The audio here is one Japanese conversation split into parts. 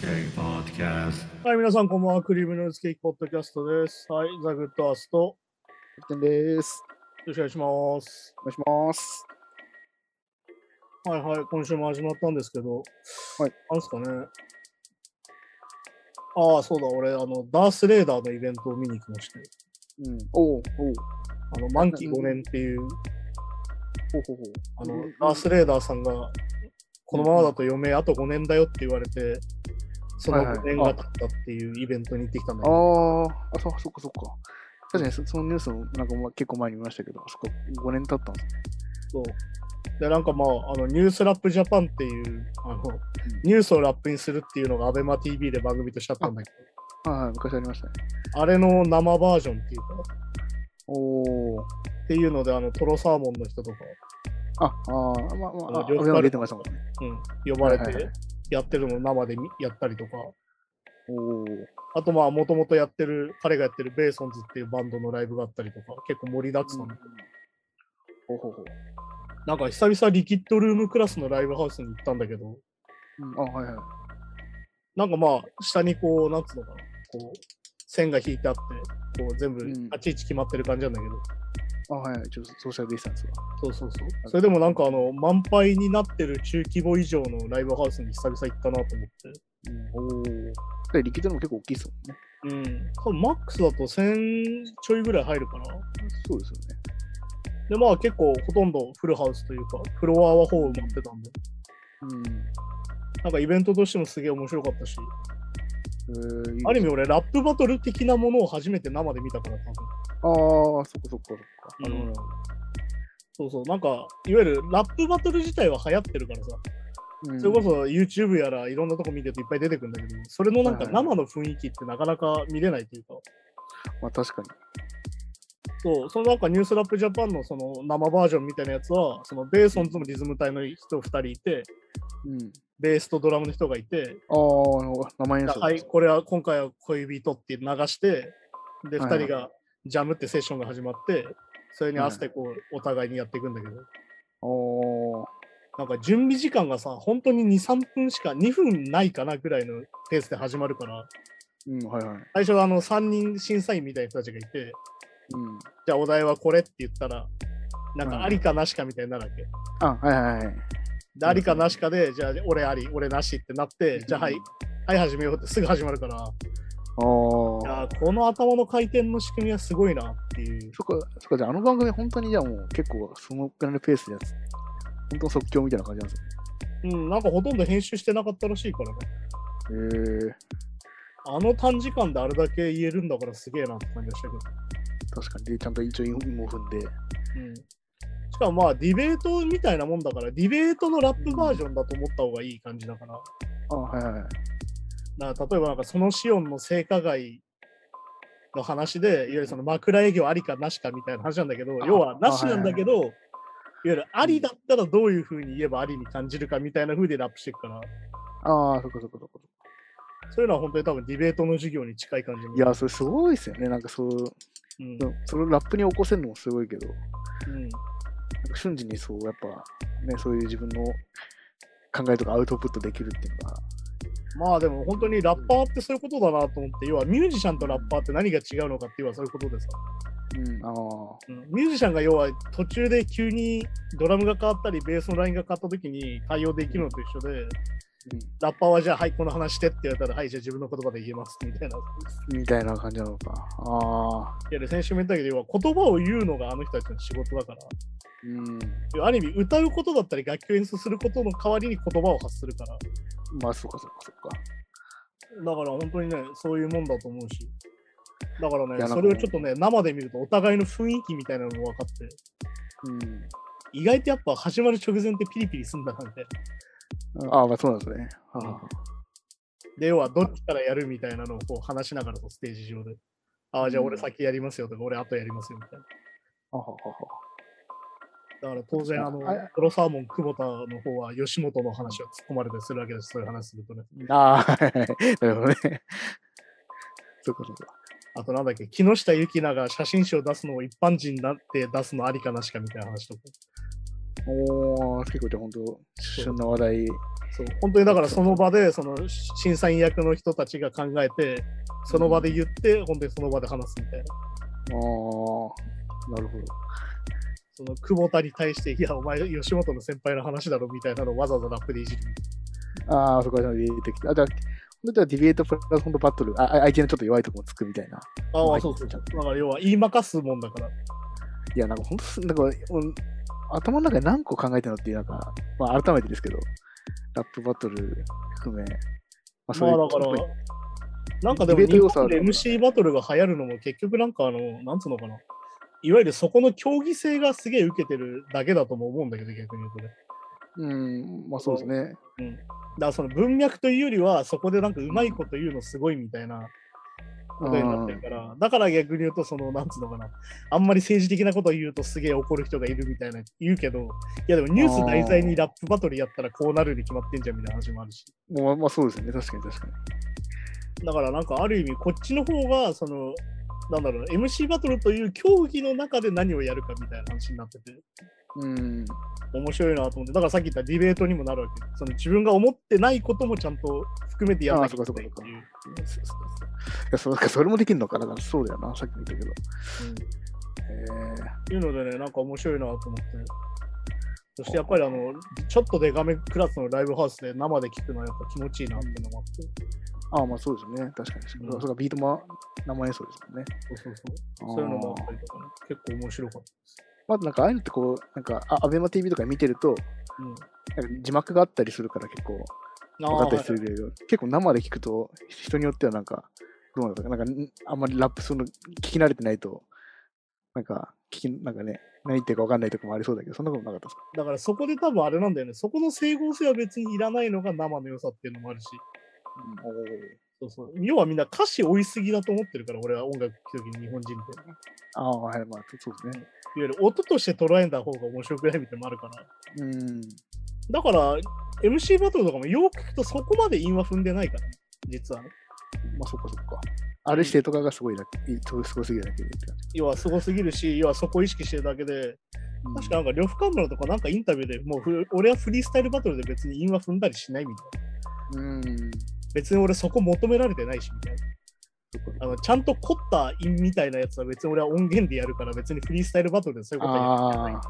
Cake Podcast. はい、皆さん、こんばんは。クリームのルーツケーキポッドキャストです。はい、ザ・グッドアースト。よてんです。ろしくお願いします。お願いします。はいはい、今週も始まったんですけど、はい。なんですかね。ああ、そうだ、俺、あの、ダース・レーダーのイベントを見に行きまして、うん。おうおうあの、満期5年っていう、ほうほうほあのうんうん、ダース・レーダーさんが、このままだと余命あと5年だよって言われて、そのはいはい5年が経ったっていうイベントに行ってきたんだけど、う。あーあ、そそっかそっか。確かにそそのニュースもなんかまあ結構前に見ましたけど、あそこ5年経ったんですね。そうでなんかまああのニュースラップジャパンっていうあの、ニュースをラップにするっていうのが ABEMATV で番組としてあったんだけはいはい、昔ありましたね。どあれの生バージョンっていうかおお。っていうのであのトロサーモンの人とか、あ、あー、まあまあ、あ両方俺も出てましたもんね。うん、呼ばれはいはいはていやってるのを生で見やったりとかおお。あとまあもともとやってる彼がやってるベーソンズっていうバンドのライブがあったりとか結構盛りだくさん、ほうほうほう。なんか久々リキッドルームクラスのライブハウスに行ったんだけどうん、あ、はいはい。なんかまあ、下にこう、なんつうのかな、こう、線が引いてあって、こう、全部、うん立ち位置決まってる感じなんだけど、あ、はいはい。ちょっとソーシャルディスタンスが。そうそうそう。それでもなんか、あの、満杯になってる中規模以上のライブハウスに久々行ったなと思って。うん、おお。で、力道も結構大きいですもんね。うん。多分マックスだと1000ちょいぐらい入るかな。そうですよね。で、まあ結構ほとんどフルハウスというか、フロアはほぼ埋まってたんで、うん。なんかイベントとしてもすげえ面白かったし、えー、いいですある意味俺、ラップバトル的なものを初めて生で見たから、多分。ああ、そっかそっかそっか。うんなるほどなるほそうそう、なんか、いわゆるラップバトル自体は流行ってるからさ、ど。うんそれこそ YouTube やらいろんなとこ見てるといっぱい出てくるんだけど、それのなんかはいはい生の雰囲気ってなかなか見れないというか、まあ確かに。そう、そのなんかニュースラップジャパンのその生バージョンみたいなやつは、そのベーソンズのリズム隊の人2人いて、うん。ベースとドラムの人がいて、ああ、あの、名前演奏。はい、これは今回は恋人って流して、で、はいはい2人がジャムってセッションが始まって、それに合わせてこう、お互いにやっていくんだけど、おーなんか準備時間がさ、本当に2、3分しか、2分ないかなぐらいのペースで始まるから、うん、はいはい。最初はあの3人審査員みたいな人たちがいて、うん。じゃあお題はこれって言ったら、なんうかんありかなしかみたいになるわけ。あ、はいはいはい。で、ありかなしかで、じゃあ俺あり、俺なしってなって、じゃあはい、はい始めようってすぐ始まるから、いおやあ。ーこの頭の回転の仕組みはすごいなっていう。そっか、そっか、じゃああの番組本当にじゃあもう結構そのくらいのペースでやつ。本当の即興みたいな感じなんですうん、なんかほとんど編集してなかったらしいからね。よ。へえあの短時間であれだけ言えるんだからすげえなって感じがしたけど。確かに。で、ちゃんと一応韻も踏んで。うん、しかもまあディベートみたいなもんだから、ディベートのラップバージョンだと思った方がいい感じだから。あはいはいはい。な例えばなんかそのシオンの性加害の話で、いわゆるその枕営業ありかなしかみたいな話なんだけど、あ要はなしなんだけど、いわゆるありだったらどういうふうに言えばありに感じるかみたいな風でラップしていくから、ああ、そっかそっかそっか。そういうのは本当に多分ディベートの授業に近い感じにいや、それすごいですよね。なんかそう、うんそれをラップに起こせるのもすごいけど。うんなんか瞬時にそう、やっぱ、ね、そういう自分の考えとかアウトプットできるっていうのが、まあでも本当にラッパーってそういうことだなと思って、要はミュージシャンとラッパーって何が違うのかっていうのはそういうことでさ、うん、ああ、うんミュージシャンが要は途中で急にドラムが変わったり、ベースのラインが変わった時に対応できるのと一緒で、ラッパーはじゃあ、はい、この話してって言われたら、はい、じゃあ自分の言葉で言えますみたいな。いわうん、みたいな感じなのか。ああ、ゆる先週も言ったけど、要は言葉を言うのがあの人たちの仕事だから、うん、要はある意味、歌うことだったり、楽器を演奏することの代わりに言葉を発するから、まあ、そっかそっかそっか。だから本当にね、そういうもんだと思うし、だからいやなんね、かそれをちょっとね、生で見ると、お互いの雰囲気みたいなのも分かって、うん。意外とやっぱ始まる直前ってピリピリすんだなみたいな。ああ、まあ、そうなんですね。ああで、要はどっちからやるみたいなのをこう話しながらとステージ上で。ああ、じゃあ俺先やりますよとか、俺後やりますよみたいな。ああ、ああ、だから当然、あのあ、トロサーモン久保田の方は吉本の話を突っ込まれたりするわけです、そういう話するとね。ああ、はいはいなるほどね。そっかそっか。あとなんだっけ、木下ゆきなが写真集を出すのを一般人になって出すのありかなしかみたいな話とか。おー、結構じゃあ本当、旬な話題。そう本当にだからその場でその審査員役の人たちが考えてその場で言って、本当にその場で話すみたいなあー、なるほど。その久保田に対していやお前吉本の先輩の話だろみたいなのをわざわざラップでいじるああ、そこからディベート来て。あ、じゃあ、本当はディベートプラス本当バトル。あ、あ相手のちょっと弱いところつくみたいな。あはあいそうそうだから要は言いまかすもんだからいや、なんか本当す、なんか、うん頭の中で何個考えてるのっていう、なんか、まあ改めてですけど、ラップバトル含め、まあまあだからやっぱりなんかでもディベー日ト要素あ本るでからね MC バトルが流行るのも結局なんかあのなんつうのかないわゆるそこの競技性がすげえ受けてるだけだとも思うんだけど逆に言うとねうん、まあそうですね。だからその文脈というよりはそこでなんかうまいこと言うのすごいみたいなことになってるからだから逆に言うとそのなんつうのかなあんまり政治的なことを言うとすげえ怒る人がいるみたいな言うけどいやでもニュース題材にラップバトルやったらこうなるに決まってんじゃんみたいな話もあるしもうまあそうですよね、確かに確かに。だからなんかある意味こっちの方がそのなんだろうな MC バトルという競技の中で何をやるかみたいな話になっててうん、面白いなと思ってだからさっき言ったディベートにもなるわけその自分が思ってないこともちゃんと含めてやらなきゃいけないっていう。そそそいやそうかそれもできるのかな、だからそうだよな、さっきも言ったけど。うんへえっていうのでね、なんか面白いなと思って。そしてやっぱりあの、ちょっとでガめクラスのライブハウスで生で聞くのはやっぱ気持ちいいなっていうのもあって。ああ、まあそうですね、確かに確かに。うんそうか、ビートも生演奏ですもんね。そうそうそう。そういうのもあったりとかね、結構面白かっまあなんかああいうのってこう、なんか、あアベマ TV とか見てると、た。うん。なんか字幕があったりするから結構分かったりするけど、結構生で聞くと、人によってはなんか、どうなのかな、なんかんあんまりラップするの聞き慣れてないと、なんか、聞き、なんかね、何言ってるか分かんないとこもありそうだけど、そんなことなかったですかだからそこで多分あれなんだよね、そこの整合性は別にいらないのが生の良さっていうのもあるし。そうそう要はみんな歌詞追いすぎだと思ってるから、俺は音楽聴くときに日本人って。いわああ、はい、まあ、そうそうでゆる音として捉えた方が面白くないみたいなのもあるから。すね。うん。だから、MC バトルとかもよく聞くとそこまで韻は踏んでないからね、実はね。まあ、そっかそっか。ある指定とかがすごいだけ、いすごすぎるだけでって感じ。要はすごすぎるし、要はそこを意識してるだけで、うん確かなんか、呂布カンブラとかなんかインタビューでもうふ、俺はフリースタイルバトルで別に韻は踏んだりしないみたいな。うん。別に俺そこ求められてないしみたいそっかそな。っあかのちゃんと凝った韻みたいなやつは別に俺は音源でやるから、別にフリースタイルバトルでそういうことはやってああ、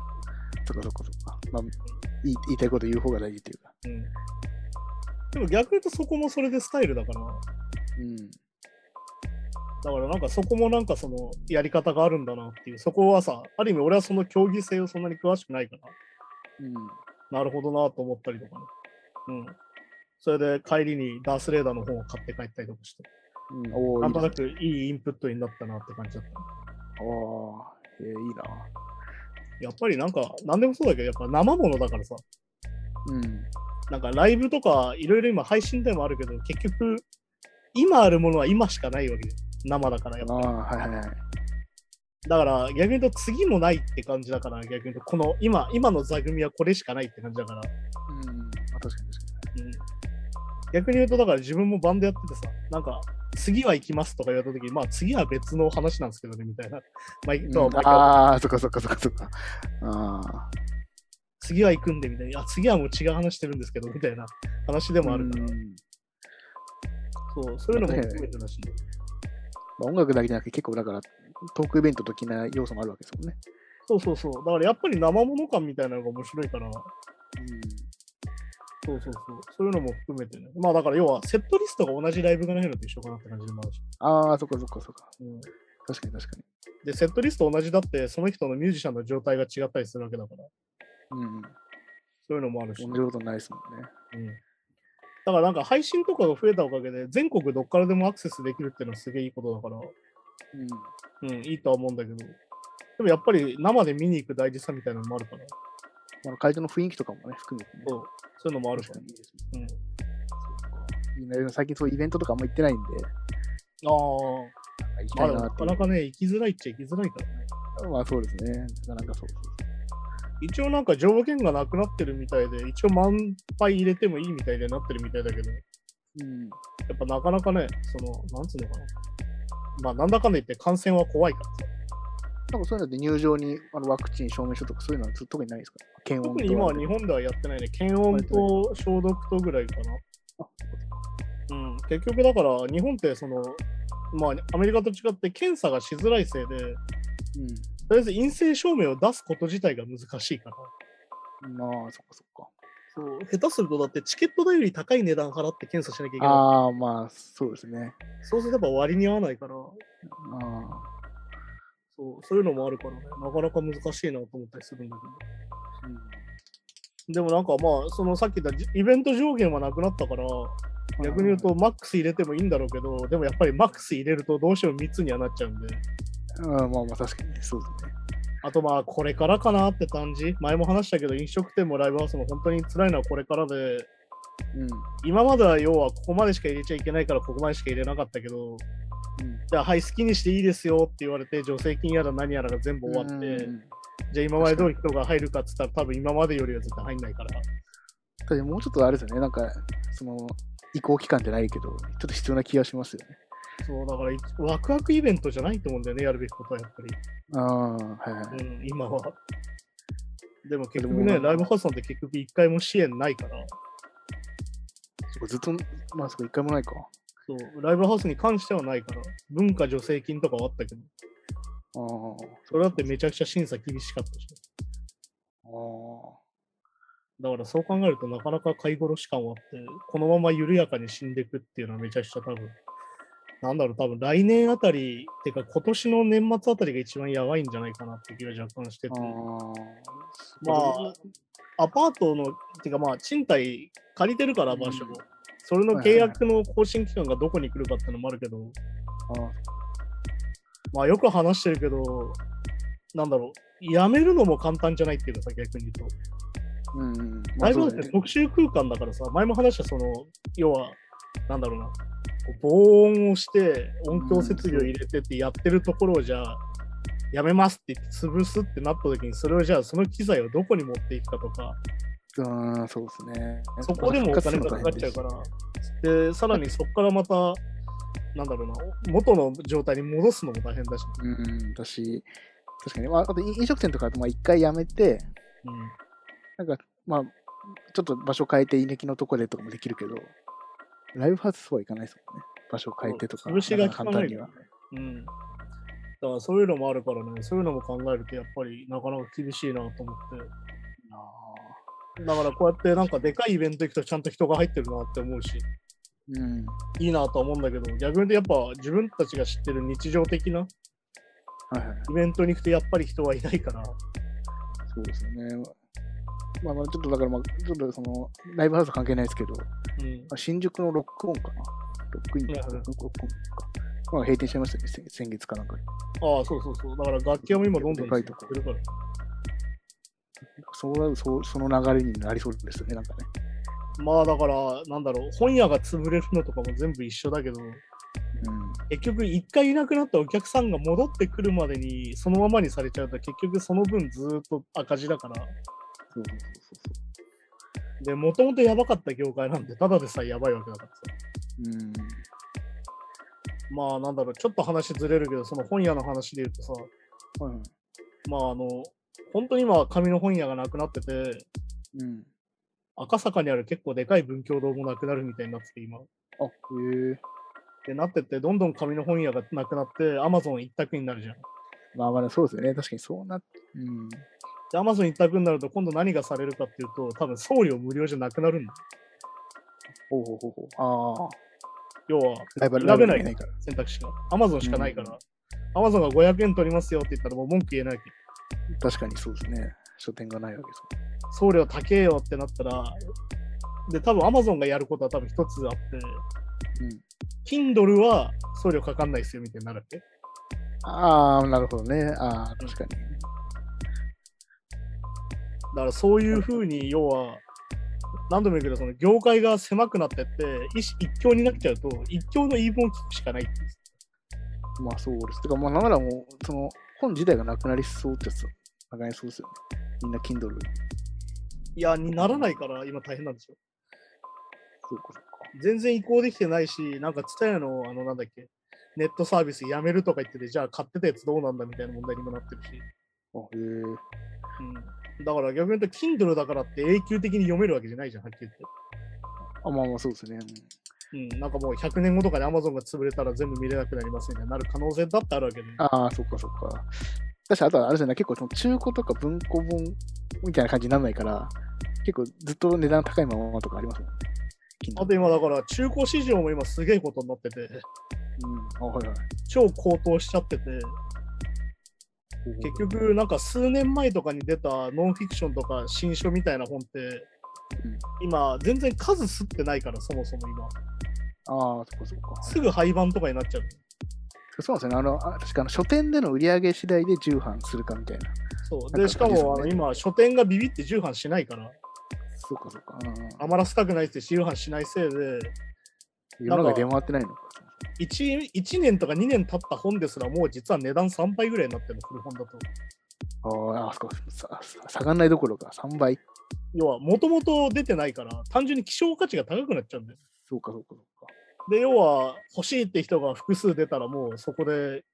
そっかそっかそっか。まあ、言い言いたいこと言う方が大事っていうか。ない。うんでも逆に言うとそこもそれでスタイルだから、うん。だからなんかそこもなんかそのやり方があるんだなっていう、そこはさ、ある意味俺はその競技性をそんなに詳しくないから、うん。なるほどなと思ったりとかね。うん。それで帰りにダースレーダーの本を買って帰ったりとかして、うん、おお、ないんいなとなくいいインプットになったなって感じだった。おーえーいいな。やっぱりなんか、何でもそうだけど、やっぱ生ものだからさ、うん。なんかライブとかいろいろ今配信でもあるけど、結局、今あるものは今しかないわけよ。生だからやっあぱ。あ、はいはいはい。だから逆に言うと次もないって感じだから、逆に言うとこの今、今の座組はこれしかないって感じだから。うん。まあ、確かに確かうん逆に言うと、だから自分もバンドやっててさ、なんか、次は行きますとか言われたとき、まあ次は別の話なんですけどね、みたいな。まあ、に。とうはん毎回ああ、そっかそっかそっかそっか。ああ。次は行くんで、みたいな。いや、次はもう違う話してるんですけど、みたいな話でもあるから。うんそう、そういうのも含めてだし、ね、まあ、音楽だけじゃなくて結構だからトークイベント的な要素もあるわけですもんね。そうそうそう。だからやっぱり生物感みたいなのが面白いから、そうそうそう。そういうのも含めてね。まあだから要は、セットリストが同じライブがないのと一緒かなって感じでもあるし。ああ、そっかそっかそっか。うん確かに確かで、セットリスト同じだって、その人のミュージシャンの状態が違ったりするわけだから、に。うん。そういうのもあるし、同じことないですもんね。うんだからなんか配信とかが増えたおかげで全国どっからでもアクセスできるっていうのはすげえいいことだから、うん。うん、いいとは思うんだけど、でもやっぱり生で見に行く大事さみたいなのもあるから、まあ、会場の雰囲気とかもね、含めてね。そうそういうのもある確かからに。いいですうん、ね。いいな最近そういうイベントとかあんま行ってないんで、あなんか行きあ、まあたいでもななってかいうなかね、行きづらいっちゃ行きづらいからね。まあそうですね。なかなかそうそうそう。一応なんか上限がなくなってるみたいで、一応満杯入れてもいいみたいになってるみたいだけど、やうん。っぱなかなかね、その、なんつうのかな。まあなんだかんだ言って感染は怖いからさ。なんかそういうのって入場にあのワクチン証明書とかそういうのは特にないですか検温特にと今は日本ではやってないね。検温と消毒とぐらいかあな。うん、結局だから、日本ってその、まあ、アメリカと違って検査がしづらいせいで、とりあえず陰性証明を出すこと自体が難しいから。うん。まあ、そっかそっそう下手するとだってチケット代より高い値段払って検査しなきゃいけか。なああ、まあ、そうですね。い。そうすれば割に合わないから、ああ。そうそういうのもあるからね、なかなか難しいなと思ったりするんだけど。でもなんかまあ、そのさっき言ったじイベント上限はなくなったから、逆に言うと、マックス入れてもいいんだろうけど、でもやっぱりマックス入れるとどうしても密にはなっちゃうんで、うん、まあまあ確かにねそうですね。あとまあ、これからかなって感じ、前も話したけど、飲食店もライブハウスも本当に辛いのはこれからで、うん。今までは要はここまでしか入れちゃいけないから、ここまでしか入れなかったけど、じゃあ、はい、好きにしていいですよって言われて、助成金やら何やらが全部うん、終わって、うんじゃあ今まで通り人が入るかっつったら、多分今までよりは絶対入んないから。確かにもうちょっとあれですよね、なんか、その、移行期間じゃないけど、ちょっと必要な気がしますよね。そうだからいワクワクイベントじゃないと思うんだよね、やるべきことはやっぱああ、はいはい。り、うん、今は。でも結で局もなね、んかライブハウスなんて結局一回も支援ないから、そこずっと、まあそこ一回もないか。そうライブハウスに関してはないから、文化助成金とかはあったけど、ああ、それだってめちゃくちゃ審査厳しかったし、ああ。だからそう考えるとなかなか買い殺し感はあって、このまま緩やかに死んでいくっていうのはめちゃくちゃ多分、なんだろう、多分来年あたり、てか今年の年末あたりが一番やばいんじゃないかなって気が若干してて。まあ、アパートの、てかまあ、賃貸借りてるから、うん場所も。それの契約の更新期間がどこに来るかってのもあるけど、あーまあ、よく話してるけど、なんだろう、辞めるのも簡単じゃないっていうかさ、逆に言うと。うんうん。ラまあイブハそうウだスっよねて特殊空間だからさ、前も話した、その、要は、なんだろうな、こう防音をして、音響設備を入れてってやってるところをじゃあ、やめますって言って潰すってなった時に、それをじゃあ、その機材をどこに持っていくかとか、うん、そうですね。そこでもお金がかかっちゃうから。で、さらにそこからまた、なんだろうな、元の状態に戻すのも大変だし。うん、だし、確かに。まあ、あと飲飲食店とかだと、まあ一回やめて、なんか、まあ、ちょっと場所変えて、居抜きのとこでとかもできるけど、ライブハウスそうはいかないですもんね。場所変えてとか、潰しがな効かかなかな簡単いかにらはね。。うん。だからそういうのもあるからね、そういうのも考えると、やっぱりなかなか厳しいなと思っあて。だからこうやってなんかでかいイベント行くとちゃんと人が入ってるなって思うし、ーうん。いいなとは思うんだけど、逆に言うとやっぱ自分たちが知ってる日常的なはいはい。イベントに行くとやっぱり人はいないから、そうですよね。まあまあ、ちょっとだから、まあ、ちょっとその、ライブハウス関係ないですけど、まうん、あ新宿のロックオンかな。ロックイン、はいロはいックオンか。まあ、閉店しちゃいましたよね、先先月かなんかに。ああ、そうそうそう。だから楽器屋も今どんどんでかいとこ作ってるから。そうなるそうその流れになりそうですよね、なんかね。まあだから、なんだろう、本屋が潰れるのとかも全部一緒だけど、うん。結局一回いなくなったお客さんが戻ってくるまでにそのままにされちゃうと結局その分ずーっと赤字だから。そうそうそうそうそう。で、もともとやばかった業界なんで、ただでさえやばいわけだからさ。うん。まあなんだろう、ちょっと話ずれるけど、その本屋の話で言うとさ、うん。まああの、本当に今紙の本屋がなくなってて、うん。赤坂にある結構でかい文教堂もなくなるみたいになってて今。あ、へえ。でなってって、どんどん紙の本屋がなくなって、アマゾン一択になるじゃん。まあまあ、そうですよね。確かにそうなっ、うん。で、アマゾン一択になると、今度何がされるかっていうと、多分送料無料じゃなくなるんだ。ほうほうほうほう。ああ。要は、ライバル選べないライバルがいないから。選択肢が。アマゾンしかないから。アマゾンが500円取りますよって言ったら、もう文句言えないけど。確かにそうですね。書店がないわけです送料高えよってなったら、で、多分アマゾンがやることは多分一つあって、もん。うん。 Kindle は送料かかんないですよみたいになるわけ。ああ、なるほどね。ああ、確かに。だからそういうふうに、要は、何度も言うけど、その業界が狭くなってって、一一強になっちゃうと、一強の言い分を聞くしかないっていうまあそうです。てか、まあなんならもう、その、本自体がなくなりそうってやつ、なくなりそうですよね。みんな Kindle。いや、にならないから今大変なんですよ。そうか、そうか。全然移行できてないし、なんか伝えの、あの、なんだっけ、ネットサービスやめるとか言ってて、じゃあ買ってたやつどうなんだみたいな問題にもなってるし。あへえ。うん、だから逆に言うと、Kindle だからって永久的に読めるわけじゃないじゃん、はっきり言って。あ、まあまあ、そうですね。うん、なんかもう100年後とかに Amazon が潰れたら全部見れなくなりますみたいになる可能性だってあるわけで、ね。ああ、そっかそっか。確かあとはあれじゃない、結構その中古とか文庫本みたいな感じにならないから、結構ずっと値段高いままとかありますもんね。あと今だから中古市場も今すげえことになってて、うん、あはいはい。超高騰しちゃってて、結局なんか数年前とかに出たノンフィクションとか新書みたいな本って、うん今全然数吸ってないからそもそも今ああ、そっかそっか。すぐ廃盤とかになっちゃうそうなんですよね。あの、あ確かあの書店での売り上げ次第で重版するかみたいな。そうでなんかしかもあのですね今書店がビビって重版しないからそっかそっか。うんうん余らせたくないって重版しないせいで世の中出回ってないのか。 1, 1年とか2年経った本ですらもう実は値段3倍ぐらいになってるの古本だとあーあ、そっかささ下がんないどころか、3倍。要はもともと出てないから単純に希少価値が高くなっちゃうんだよそうかそうかそうか。で要は欲しいって人が複数出たらもうそこで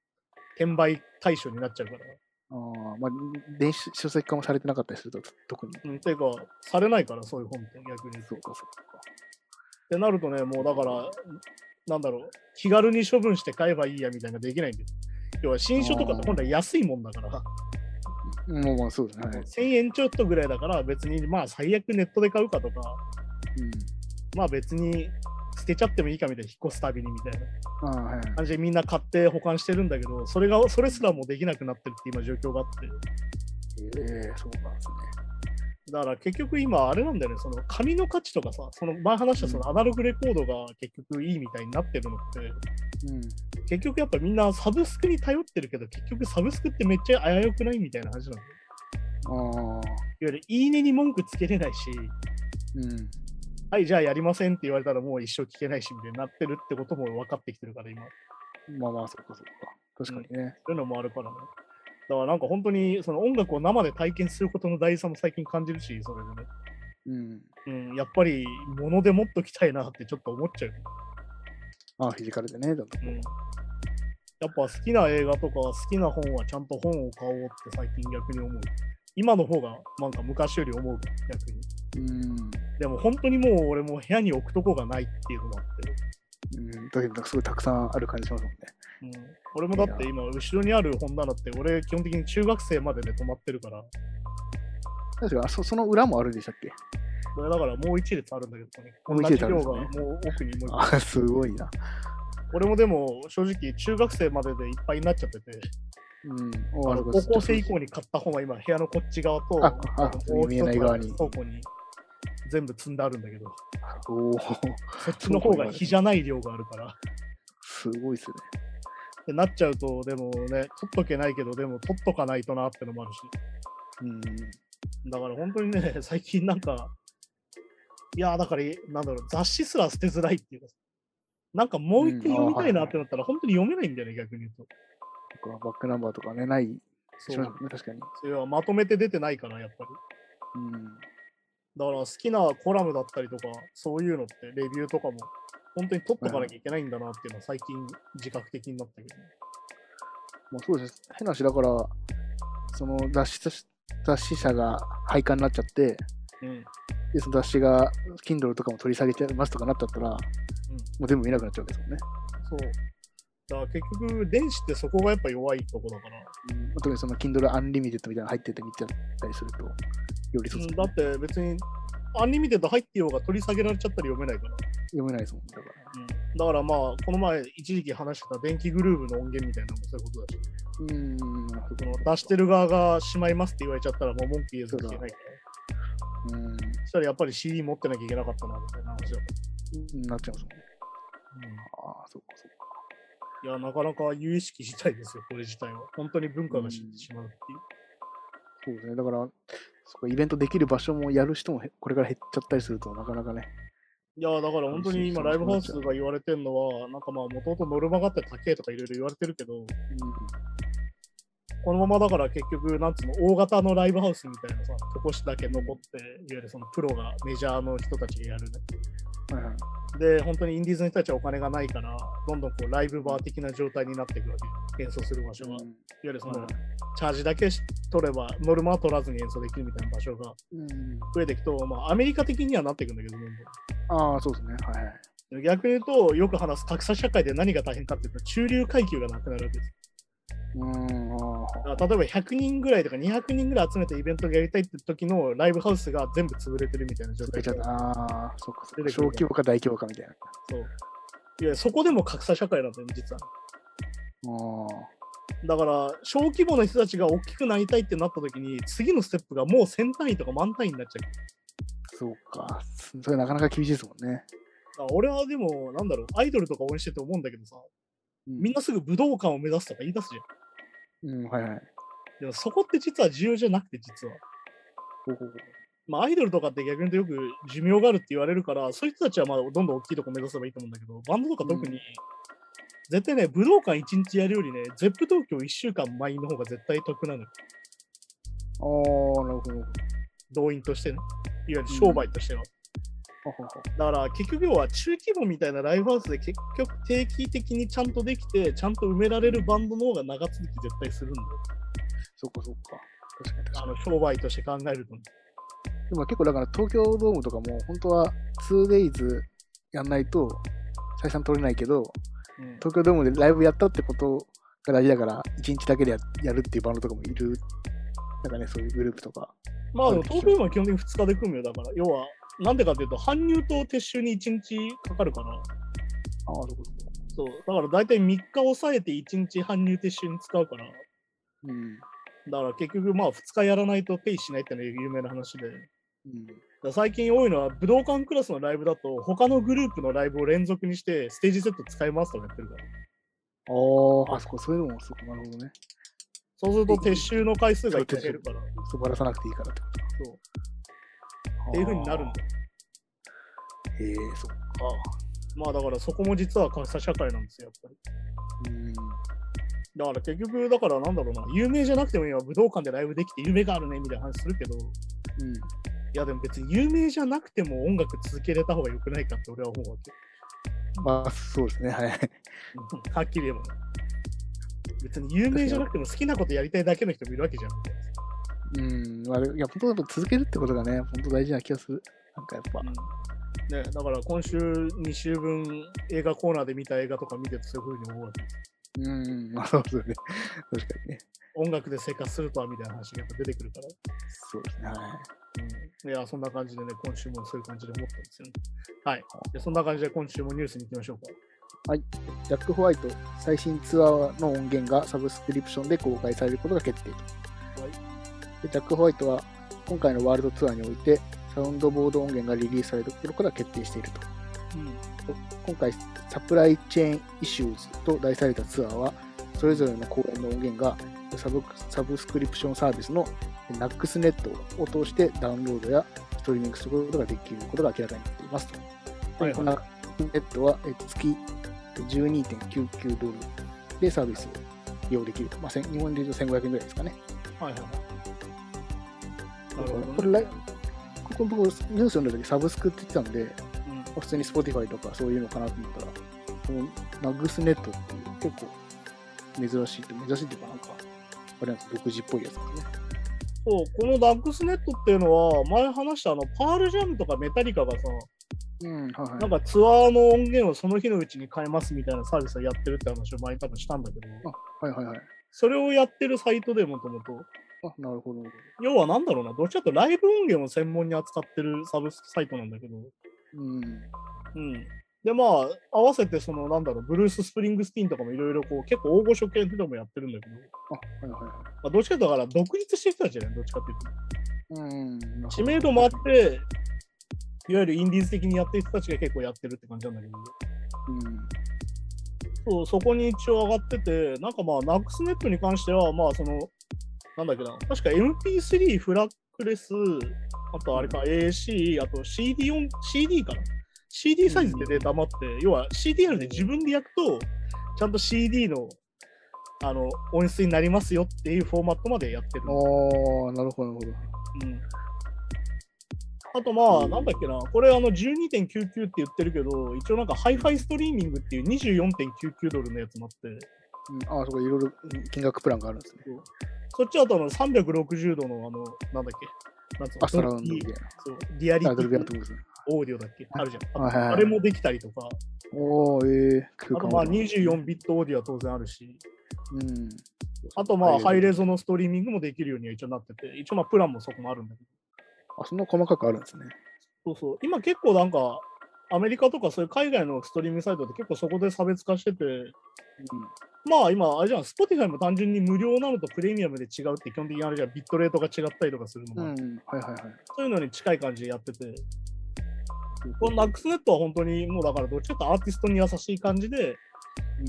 転売対象になっちゃうからああ、まあ、電子書籍化もされてなかったりすると、特に。うん、ていうか、されないから、そういう本って逆に。っそうかそうか。てなるとね、もうだから、なんだろう、気軽に処分して買えばいいやみたいなできないんだよ。要は新書とかって本来安いもんだから、もうまあそうですね。はい1000円ちょっとぐらいだから別にまあ最悪ネットで買うかとか、まあ別に捨てちゃってもいいかみたいな引っ越すたびにみたいなうん、ああ、はい。感じでみんな買って保管してるんだけど、それが、それすらもうできなくなってるって今状況があって。ええそうなんですね。だから結局今あれなんだよね、その紙の価値とかさ、その前話したそのアナログレコードが結局いいみたいになってるのって、うん。結局やっぱみんなサブスクに頼ってるけど、結局サブスクってめっちゃ危うくないみたいな話なの。いわああ、ゆるいいねに文句つけれないし、うん。はい、じゃあやりませんって言われたらもう一生聞けないしみたいになってるってことも分かってきてるから今、そまあまあ、そうかそうか。確かにね。ういうのもあるからね。だからなんか本当にその音楽を生で体験することの大事さも最近感じるし、それでね。うん。うん、やっぱり物で持っときたいなってちょっと思っちゃう。ああ、フィジカルでね。だとうん、やっぱ好きな映画とか好きな本はちゃんと本を買おうって最近逆に思う。今の方がなんか昔より思う逆に。うん。でも本当にもう俺も部屋に置くとこがないっていうのがあって。うん、だけど、なんかすごいたくさんある感じしますもんね。うん、俺もだって今後ろにある本棚って俺基本的に中学生までで止まってるから。確かあそ、その裏もあるんでしたっけ これだからもう一列あるんだけどね。もう同じ一列あ量るんがですもねう奥にもう一個ああ、すごいな。俺もでも正直中学生まででいっぱいになっちゃってて。うん。あの高校生以降に。に買った本は今部屋のこっち側とあああのもう見一えつない側に倉庫に全部積んであるんだけどおお、そっちの方が比じゃない量があるからっすごいっすね。てなっちゃうとでもね取っとけないけどでも取っとかないとなってのもあるしうん。だから本当にね 最近なんかいやだからなんだろう雑誌すら捨てづらいっていうかなんかもう一う回ん読みたいなあーはいはいってなったら本当に読めないんだよね逆に言うととかバックナンバーとかね、ない。しそますもうんね、確かに。それはまとめて出てないからやっぱりうん。だから好きなコラムだったりとか、そういうのって、レビューとかも、本当に取っとかなきゃいけないんだなっていうのは最近自覚的になったけど、ね。まあ、そうです変な話だからその雑誌とし雑誌社が廃刊になっちゃってうん。でその雑誌が Kindle とかも取り下げちゃいますとかなっちゃったら、もう全部見なくなっちゃうわけですもんね、そう。だから結局、電子ってそこがやっぱ弱いとこだから。、うん、特にその Kindle Unlimited みたいなの入ってて見ちゃったりするとよりそううんですだねって別に、アンリミテッド入ってようが取り下げられちゃったり読めないから。読めないですもんだからうん、だからまあ、この前一時期話してた電気グルーブの音源みたいなのもそういうことだし、うんなるほそどの出してる側がしまいますって言われちゃったらもう文句言えず聞けないから。うんそしたらやっぱり CD 持ってなきゃいけなかったなみたいな話だっなっちゃいますもんねた。うんああそうかそうかいや、なかなか有意識したいですよ、これ自体は。本当に文化が死んでしまうっていう。そうですねだからそこイベントできる場所もやる人もへこれから減っちゃったりするとなかなかねいや、だから本当に今、ライブハウスが言われてるのは、なんかまあ、もともとノルマがあって高えとかいろいろ言われてるけど、このままだから結局、なんつうの、大型のライブハウスみたいなさ、とこしだけ残って、いわゆるそのプロがメジャーの人たちがやるね、はいはいで、本当にインディーズの人たちはお金がないから、どんどんこうライブバー的な状態になっていくわけ、演奏する場所が。いわゆるその、チャージだけし取れば、ノルマは取らずに演奏できるみたいな場所がうん増えていくと、まあ、アメリカ的にはなっていくんだけど、どんどんああ、そうですね。はいはい。逆に言うと、よく話す格差社会で何が大変かっていうと、中流階級がなくなるわけです。うん、ああ。だから例えば100人ぐらいとか200人ぐらい集めてイベントをやりたいって時のライブハウスが全部潰れてるみたいな状それ態じゃそうあ、そうか、出てくそうか。る小規模か大規模かみたいな。いやそこでも格差社会なんだよね、実は。あだから、小規模の人たちが大きくなりたいってなった時に、次のステップがもう1000単位とか万単位になっちゃう。あ、そうか。それなかなか厳しいですもんね。だから俺はでも、なんだろう、アイドルとか応援してて思うんだけどさ、みんな、なすぐ武道館を目指すとか言い出すじゃん。うん、はいはい。でもそこって実は重要じゃなくて、実は。ほうほうまあ、アイドルとかって逆に言うとよく寿命があるって言われるから、そういう人たちはまあどんどん大きいとこ目指せばいいと思うんだけど、バンドとか特に、うん絶対ね、武道館1日やるよりね、ゼップ東京1週間前の方が絶対得なのよ。ほうああ、なるほど。は動員としてね。いわゆる商売としては。ははだから結局要は中規模みたいなライブハウスで結局定期的にちゃんとできて、ちゃんと埋められるバンドの方が長続き絶対するんだよ。そうか、そうか。確かに確かあの商売として考えるとね。に。でも結構だから東京ドームとかも、本当は 2days やんないと採算取れないけど、うん東京ドームでライブやったってことが大事だから、1日だけでややるっていうバンドとかもいる。なんかね、そういうグループとか。まあでも東京ドームは基本的に2日で組むよだから要はなんでかっていうと搬入と撤収に1日かかるからああ、そうか、そうか。そうだから大体3日抑えて1日搬入撤収に使うからうん。だから結局まあ2日やらないとペイしないってのが有名な話でだかうん。ら最近多いのは武道館クラスのライブだと他のグループのライブを連続にしてステージセット使いますとかやってるからああ、あそこ、そういうのも、そうか、なるほどね。そうすると撤収の回数が1回減るからそうばらさなくていいからってことか。そうっていう風になるんだよへえー、そっか。まあだからそこも実は格差社会なんですよやっぱりうん。だから結局、だからなんだろうな、有名じゃなくてもいいわ、武道館でライブできて夢があるねみたいな話するけど、いうん。やでも別に有名じゃなくても音楽続けれた方が良くないかって俺は思うわけ。まあ、そうですね、はい。はっきり言えばね。別に有名じゃなくても好きなことやりたいだけの人もいるわけじゃんみたいうん。まあ、いや、本当やっぱ続けるってことがね、本当大事な気がする。なんかやっぱ。な。ね、だから今週2週分映画コーナーで見た映画とか見ててそういうふうに思うわけです。うん。まあ、そうですよね。確かにね。音楽で生活するとはみたいな話がやっぱ出てくるから。そうですね、はい。うん、いや、そんな感じでね、今週もそういう感じで思ったんですよね。はい。でそんな感じで今週もニュースに行きましょうか。ジャック・ホワイト最新ツアーの音源がサブスクリプションで公開されることが決定と、はいでジャック・ホワイトは今回のワールドツアーにおいてサウンドボード音源がリリースされることが決定しているとうん今回サプライチェーン・イシューズと題されたツアーはそれぞれの公演の音源がサブサブスクリプションサービスの NAXNet を通してダウンロードやストリーミングすることができることが明らかになっていますとはいこのネットはえ月12.99ドルでサービスを利用できると、まあ、せん日本でいうと1500円ぐらいですかね。はいはいはい。なるほど、ね。これ、来ここのところニュース読んだ時サブスクって言ってたんで、うん普通に Spotify とかそういうのかなと思ったら、このナグスネットっていう結構珍しいって、珍しいっていうか、なんか、あれなんです独自っぽいやつですね。そう、このダックスネットっていうのは、前話したあの、パールジャムとかメタリカがさ、うん、はいはい。なんかツアーの音源をその日のうちに変えますみたいなサービスをやってるって話を前に多分したんだけど、はいはいはい。それをやってるサイトでもともと、あ、なるほど。要はなんだろうな、どっちかというとライブ音源を専門に扱ってるサブスクサイトなんだけど、うん。うん。で、まあ、合わせてその、なんだろう、ブルース・スプリングスティーンとかもいろいろこう、結構大御所系の人もやってるんだけど、あ、はいはいはい。まあ、どっちかというとだから独立してる人たちじゃない、どっちかっていうと。うん。知名度もあって、いわゆるインディーズ的にやってる人たちが結構やってるって感じなんだけど、うそん。うそこに一応上がってて、なんかまあ、ナックスネットに関しては、まあ、その、なんだっけな、確か MP3、フラックレス、あとあれか、AC、あと CD 音、CD かな。CD サイズでデータもあって、要は CDR で自分で焼くと、ちゃんと CD の、あの、音質になりますよっていうフォーマットまでやってる。ああ、なるほど、なるほど。うんあとまあ、なんだっけな、これあの12.99って言ってるけど、一応なんかハイファイストリーミングっていう24.99ドルのやつもあって、うんああ、そこいろいろ金額プランがあるんですね。そっちだとあの360度のあの、なんだっけ、なんつうのアストラウンドみたいそうリアリテな。あ、ドルビアィトムズ。オーディオだっけあるじゃん。はいはいはいあれもできたりとか、おー、えー、あ空と間まあ音24ビットオーディオは当然あるし、うん。あとまあハイレゾ。ゾのストリーミングもできるようには一応なってて、一応まあプランもそこもあるんだけど。あ、そんな細かくあるんですね。そうそう。今結構なんか、アメリカとかそういう海外のストリーミングサイトって結構そこで差別化してて、まあ今、あれじゃん、Spotify も単純に無料なのとプレミアムで違うって基本的にあれじゃん、ビットレートが違ったりとかするのうもあん。る、うん。はいはいはい。そういうのに近い感じでやってて、この NUXNET は本当にもうだからどっちかというとアーティストに優しい感じで、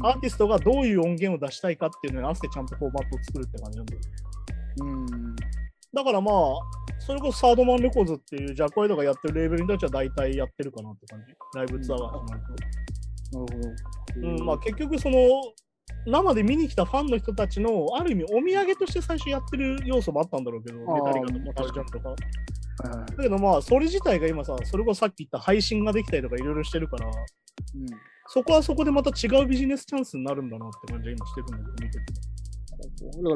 アーティストがどういう音源を出したいかっていうのに合わせてちゃんとフォーマットを作るって感じなんだよ。うん。だからまあ、それこそサードマンレコーズっていうジャコエとかやってるレーベルに対しては大体やってるかなって感じ。ライブツアーが始まると。なるほど。うん、まあ結局その生で見に来たファンの人たちのある意味お土産として最初やってる要素もあったんだろうけど、メあータリカとかパルジャンとか。はいはいはいだけどまあそれ自体が今さ、それこそさっき言った配信ができたりとかいろいろしてるから、うんそこはそこでまた違うビジネスチャンスになるんだなって感じは今してるんだけど、見てて。だか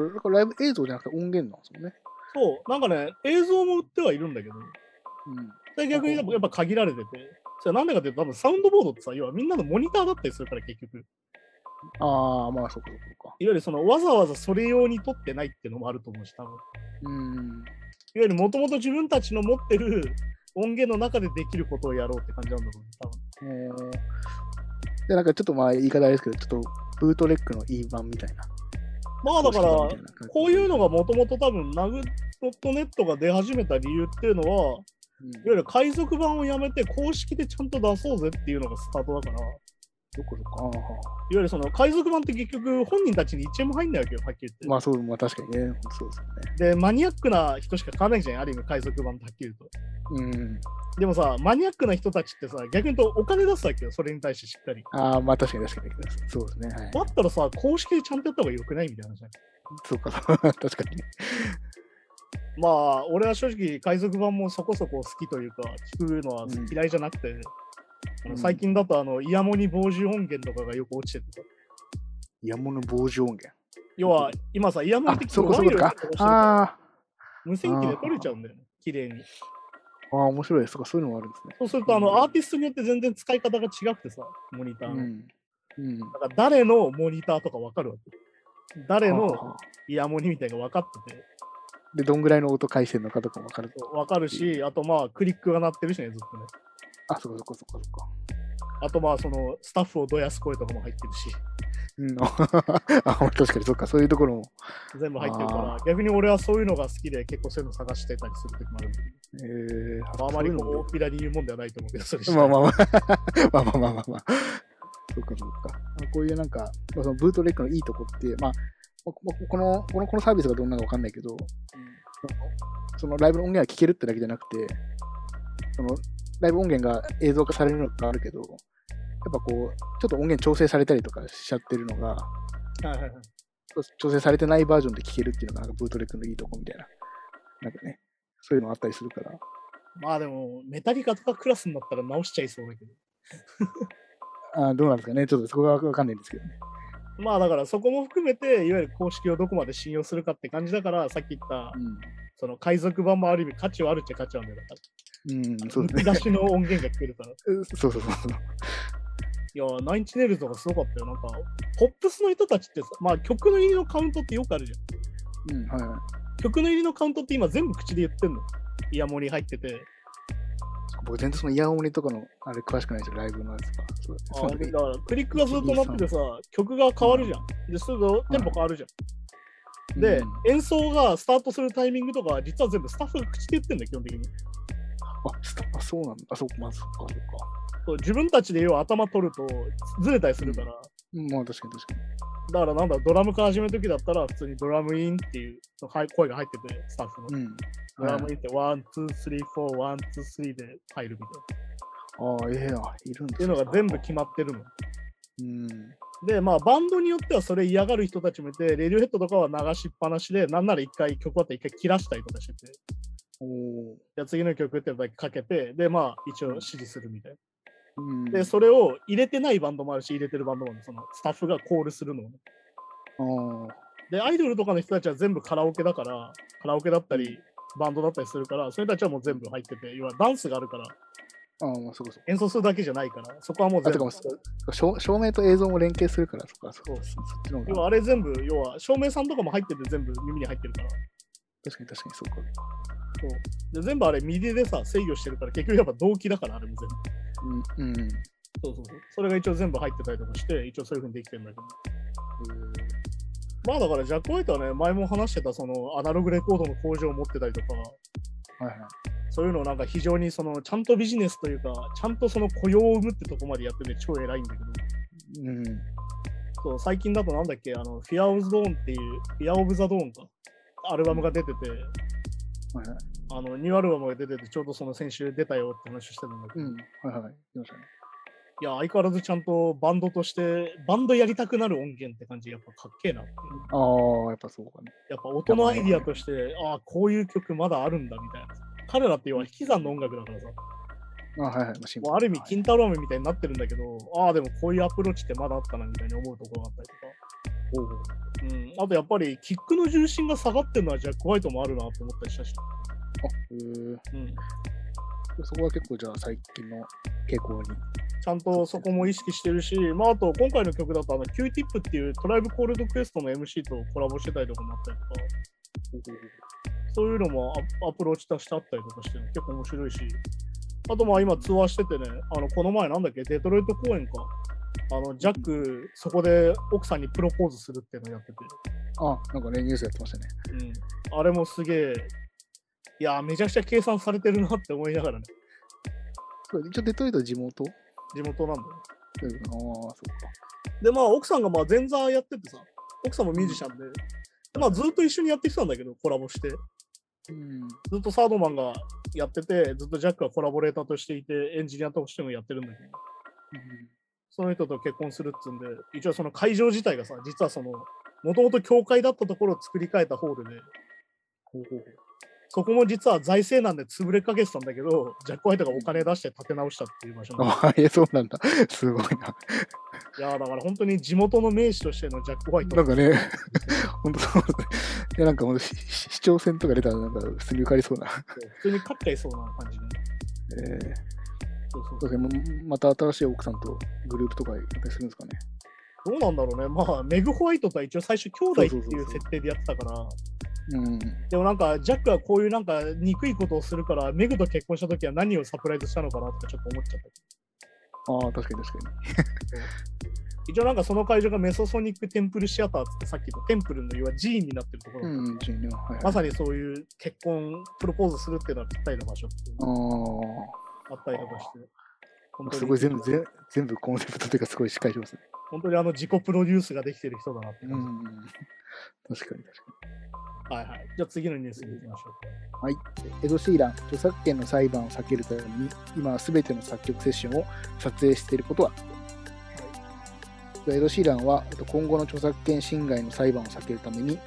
ら、だからライブ映像じゃなくて音源なんですもんね。そう、なんかね、映像も売ってはいるんだけど、うん。で逆にやっぱやっぱ限られてて。それなんでかっていうと、多分サウンドボードってさ、要はみんなのモニターだったりするから結局。ああ、まあ、そこそこか。いわゆるそのわざわざそれ用に撮ってないっていうのもあると思うし、多分。うん。いわゆるもともと自分たちの持ってる音源の中でできることをやろうって感じなんだろうね、多分。えーで、なんかちょっとまあ言い方あれですけど、ちょっとブートレックの E 版みたいな。まあだから、公式版みたいな感じこういうのがもともと多分、ナグドットネットが出始めた理由っていうのは、うんいわゆる海賊版をやめて公式でちゃんと出そうぜっていうのがスタートだから、いわどこどこあゆるその海賊版って結局本人たちに1円も入んないわけよ、はっきり言って。あまあそう、まあ確かにね、本当そうですで、マニアックな人しか買わないじゃん、ある意味海賊版ってはっきり言うと。よね。うん。でもさ、マニアックな人たちってさ、逆に言うとお金出すわけよ、それに対してしっかり。ああ、まあ確かに確かに。そうですね。はいだ。ったらさ、公式でちゃんとやった方がよくないみたいな話なんだよそうか、確かにね。まあ、俺は正直、海賊版もそこそこ好きというか、聞くのはうん嫌いじゃなくて、あのうん最近だと、あの、イヤモニ傍受音源とかがよく落ちててさ。ヤモの傍受音源。要は、今さ、イヤモニあって、結そう構かそうか。ワイヤレスで押してるからあ無線機で取れちゃうんだよね、綺麗に。あー、あー面白いです。そうか、そういうのもあるんですね。そうすると、あうんの、アーティストによって全然使い方が違くてさ、モニターの。うん。うん。だから、誰のモニターとか分かるわけ。誰のあーイヤモニみたいなのが分かってて、で、どんぐらいの音回線のかとかもわかると。分かるし、あとまあ、クリックが鳴ってるしね、ずっとね。あ、そうかそうかそうかそうか。あとまあ、その、スタッフをどやす声とかも入ってるし。うん。 あ、確かに、そうか、そういうところも。全部入ってるかあら、逆に俺はそういうのが好きで、結構そういうの探してたりする時もあるんで、えー、まあ、あまりそういうこのうも大っぴらに言うもんではないと思うけど、それまああ、まあま あまあまあまあまあまあ。そうかそうか。まあこういうなんか、まあ、そのブートレックのいいとこって、まあ、まあここのこのこのサービスがどんなのかわかんないけど、そのライブの音源が聴けるってだけじゃなくて、そのライブ音源が映像化されるのがあるけど、やっぱこう、ちょっと音源調整されたりとかしちゃってるのが、はいはいはい。調整されてないバージョンで聴けるっていうのが、なんかブートレックのいいとこみたいな、なんかね、そういうのあったりするから、まあでも、メタリカとかクラスになったら直しちゃいそうだけど。あーどうなんですかね、ちょっとそこがわかんないんですけどね。まあだからそこも含めて、いわゆる公式をどこまで信用するかって感じだから、さっき言った、その海賊版もある意味価値はあるっちゃ価値はあるんだよ。だかうん、うん、そらうむき。ですね出しの音源が聞けるから。 い そうそうそうそう。やー、ナインチネイルズとかすごかったよ。なんか、ポップスの人たちってさ、まあ曲の入りのカウントってよくあるじゃん。うん、はいはい。曲の入りのカウントって今全部口で言ってんの。イヤモニ入ってて。僕全然そのイヤホニとかのあれ詳しくないですよ、ライブのやつとか。そうあそうだからクリックがずっと鳴っててさ、曲が変わるじゃん。で、すぐテンポ変わるじゃん。で、うん演奏がスタートするタイミングとかは、実は全部スタッフが口で言ってんだよ、基本的に。あ、スタあ、そうなんだ。あ、そうか、まあ、そうか、そうか。そう自分たちで要は頭取るとずれたりするから、うんまあ、確かに確かに。だからなんだ、ドラムから始めるときだったら、普通にドラムインっていうはい声が入ってて、スタッフの。うん。ドラムインって、ワン、ツー、スリー、フォー、ワン、ツー、スリーで入るみたいな。ああ、ええや、いるんだ。っていうのが全部決まってるの。うん。で、まあ、バンドによってはそれ嫌がる人たちもいて、レディオヘッドとかは流しっぱなしで、なんなら一回曲終わったら一回切らしたりとかしてて、おおーじゃあ次の曲ってだけかけて、で、まあ一応指示するみたいな。うんで、それを入れてないバンドもあるし、入れてるバンドもあるそのスタッフがコールするのをね。あーで、アイドルとかの人たちは全部カラオケだから、カラオケだったり、バンドだったりするから、それたちはもう全部入ってて、要はダンスがあるから、あー、まあ、そうかそうか演奏するだけじゃないから、そこはもうあ全てか部もう。照照明と映像も連携するから、そっか、そっかそっちの方要が。はあれ全部、要は照明さんとかも入ってて全部耳に入ってるから。確かに確かにそうか。そうで全部あれ、ミディでさ、制御してるから、結局やっぱ動機だから、あれも全部。うん。うん。そうそうそう。それが一応全部入ってたりとかして、一応そういうふうにできてるんだけど。まあだから、ジャック・ホワイトはね、前も話してた、そのアナログレコードの工場を持ってたりとか、はいはい。そういうのをなんか非常にその、ちゃんとビジネスというか、ちゃんとその雇用を生むってとこまでやってて超偉いんだけど、うん。そう最近だとなんだっけ、あの、フィア・オブ・ザ・ドーンっていう、フィア・オブ・ザ・ドーンか、アルバムが出てて、はいはい。あの、ニューアルバムが出てて、ちょうどその先週出たよって話をしてたんだけど、うん。はいはい。言いましたね。いや、相変わらずちゃんとバンドとして、バンドやりたくなる音源って感じ、やっぱかっけえなっていう。ああ、やっぱそうかね。やっぱ音のアイディアとして、ああ、こういう曲まだあるんだみたいな。彼らって要は引き算の音楽だからさ、あはいはい。まあシンプもうルある意味、金太郎飴みたいになってるんだけど、ああ、でもこういうアプローチってまだあったなみたいに思うところがあったりとか、うん、あとやっぱりキックの重心が下がってるのはジャック・ホワイトもあるなと思ったりしたし、あへーうん、そこは結構じゃあ最近の傾向に。ちゃんとそこも意識してるし、まあ、あと今回の曲だとあの Q-TIP っていうトライブコールドクエストの MC とコラボしてたりとかもあったりとか、そういうのもアアプローチとしてあったりとかして、結構面白いし、あとまあ今ツアーしててね、あのこの前なんだっけ、デトロイト公演か。あのジャック、そこで奥さんにプロポーズするっていうのやってあ、なんかね、ニュースやってましたね。て、うん、あれもすげえ、いやー、めちゃくちゃ計算されてるなって思いながらね、そう一応デトロイトは地元地元なんだよ。うんああ、そうか。で、まあ奥さんがまあ前座やっててさ、奥さんもミュージシャンで、でまあずっと一緒にやってきたんだけど、コラボして。うん。ずっとサードマンがやってて、ずっとジャックはコラボレーターとしていて、エンジニアとしてもやってるんだけど、その人と結婚するっつうんで、一応その会場自体がさ、実はその、もともと教会だったところを作り変えたホールで、ほうほうそこも実は財政難で潰れかけてたんだけど、ジャック・ホワイトがお金出して建て直したっていう場所なんだああ、え、そうなんだ。すごいな。いやーだから本当に地元の名士としてのジャック・ホワイト。なんかね、 本当そうですね。いや、なんかほんとしし市長選とか出たら、なんか普通に受かり そうな。普通に勝っちゃいそうな感じで、えー、そうそうそうですねままた新しい奥さんとグループとかやったりするんですかね。どうなんだろうね。まあ、メグ・ホワイトとは一応最初兄弟ってそうそういそううそう設定でやってたから、うん。でもなんか、ジャックはこういうなんか、憎いことをするから、メグと結婚したときは何をサプライズしたのかなとかちょっと思っちゃった。ああ、確かに確か一応なんかその会場がメソソニックテンプルシアターっつってさっきのテンプルの要は寺院になってるところ、に。うん、人流。はい、はい。まあさにそういう結婚、プロポーズするっていうのはぴったりの場所っていうのがあったりとかして。本あ、当にすごい全部、ぜ全部コンセプトというか、すごいしっかりしてますね。本当にあの自己プロデュースができてる人だなってう感じ、ん。確かに確かに。はいはい。じゃあ次のニュースに行きましょうはい、エド・シーラン、著作権の裁判を避けるために、今すべての作曲セッションを撮影していることは、エド・シーランはえっと今後の著作権侵害の裁判を避けるために、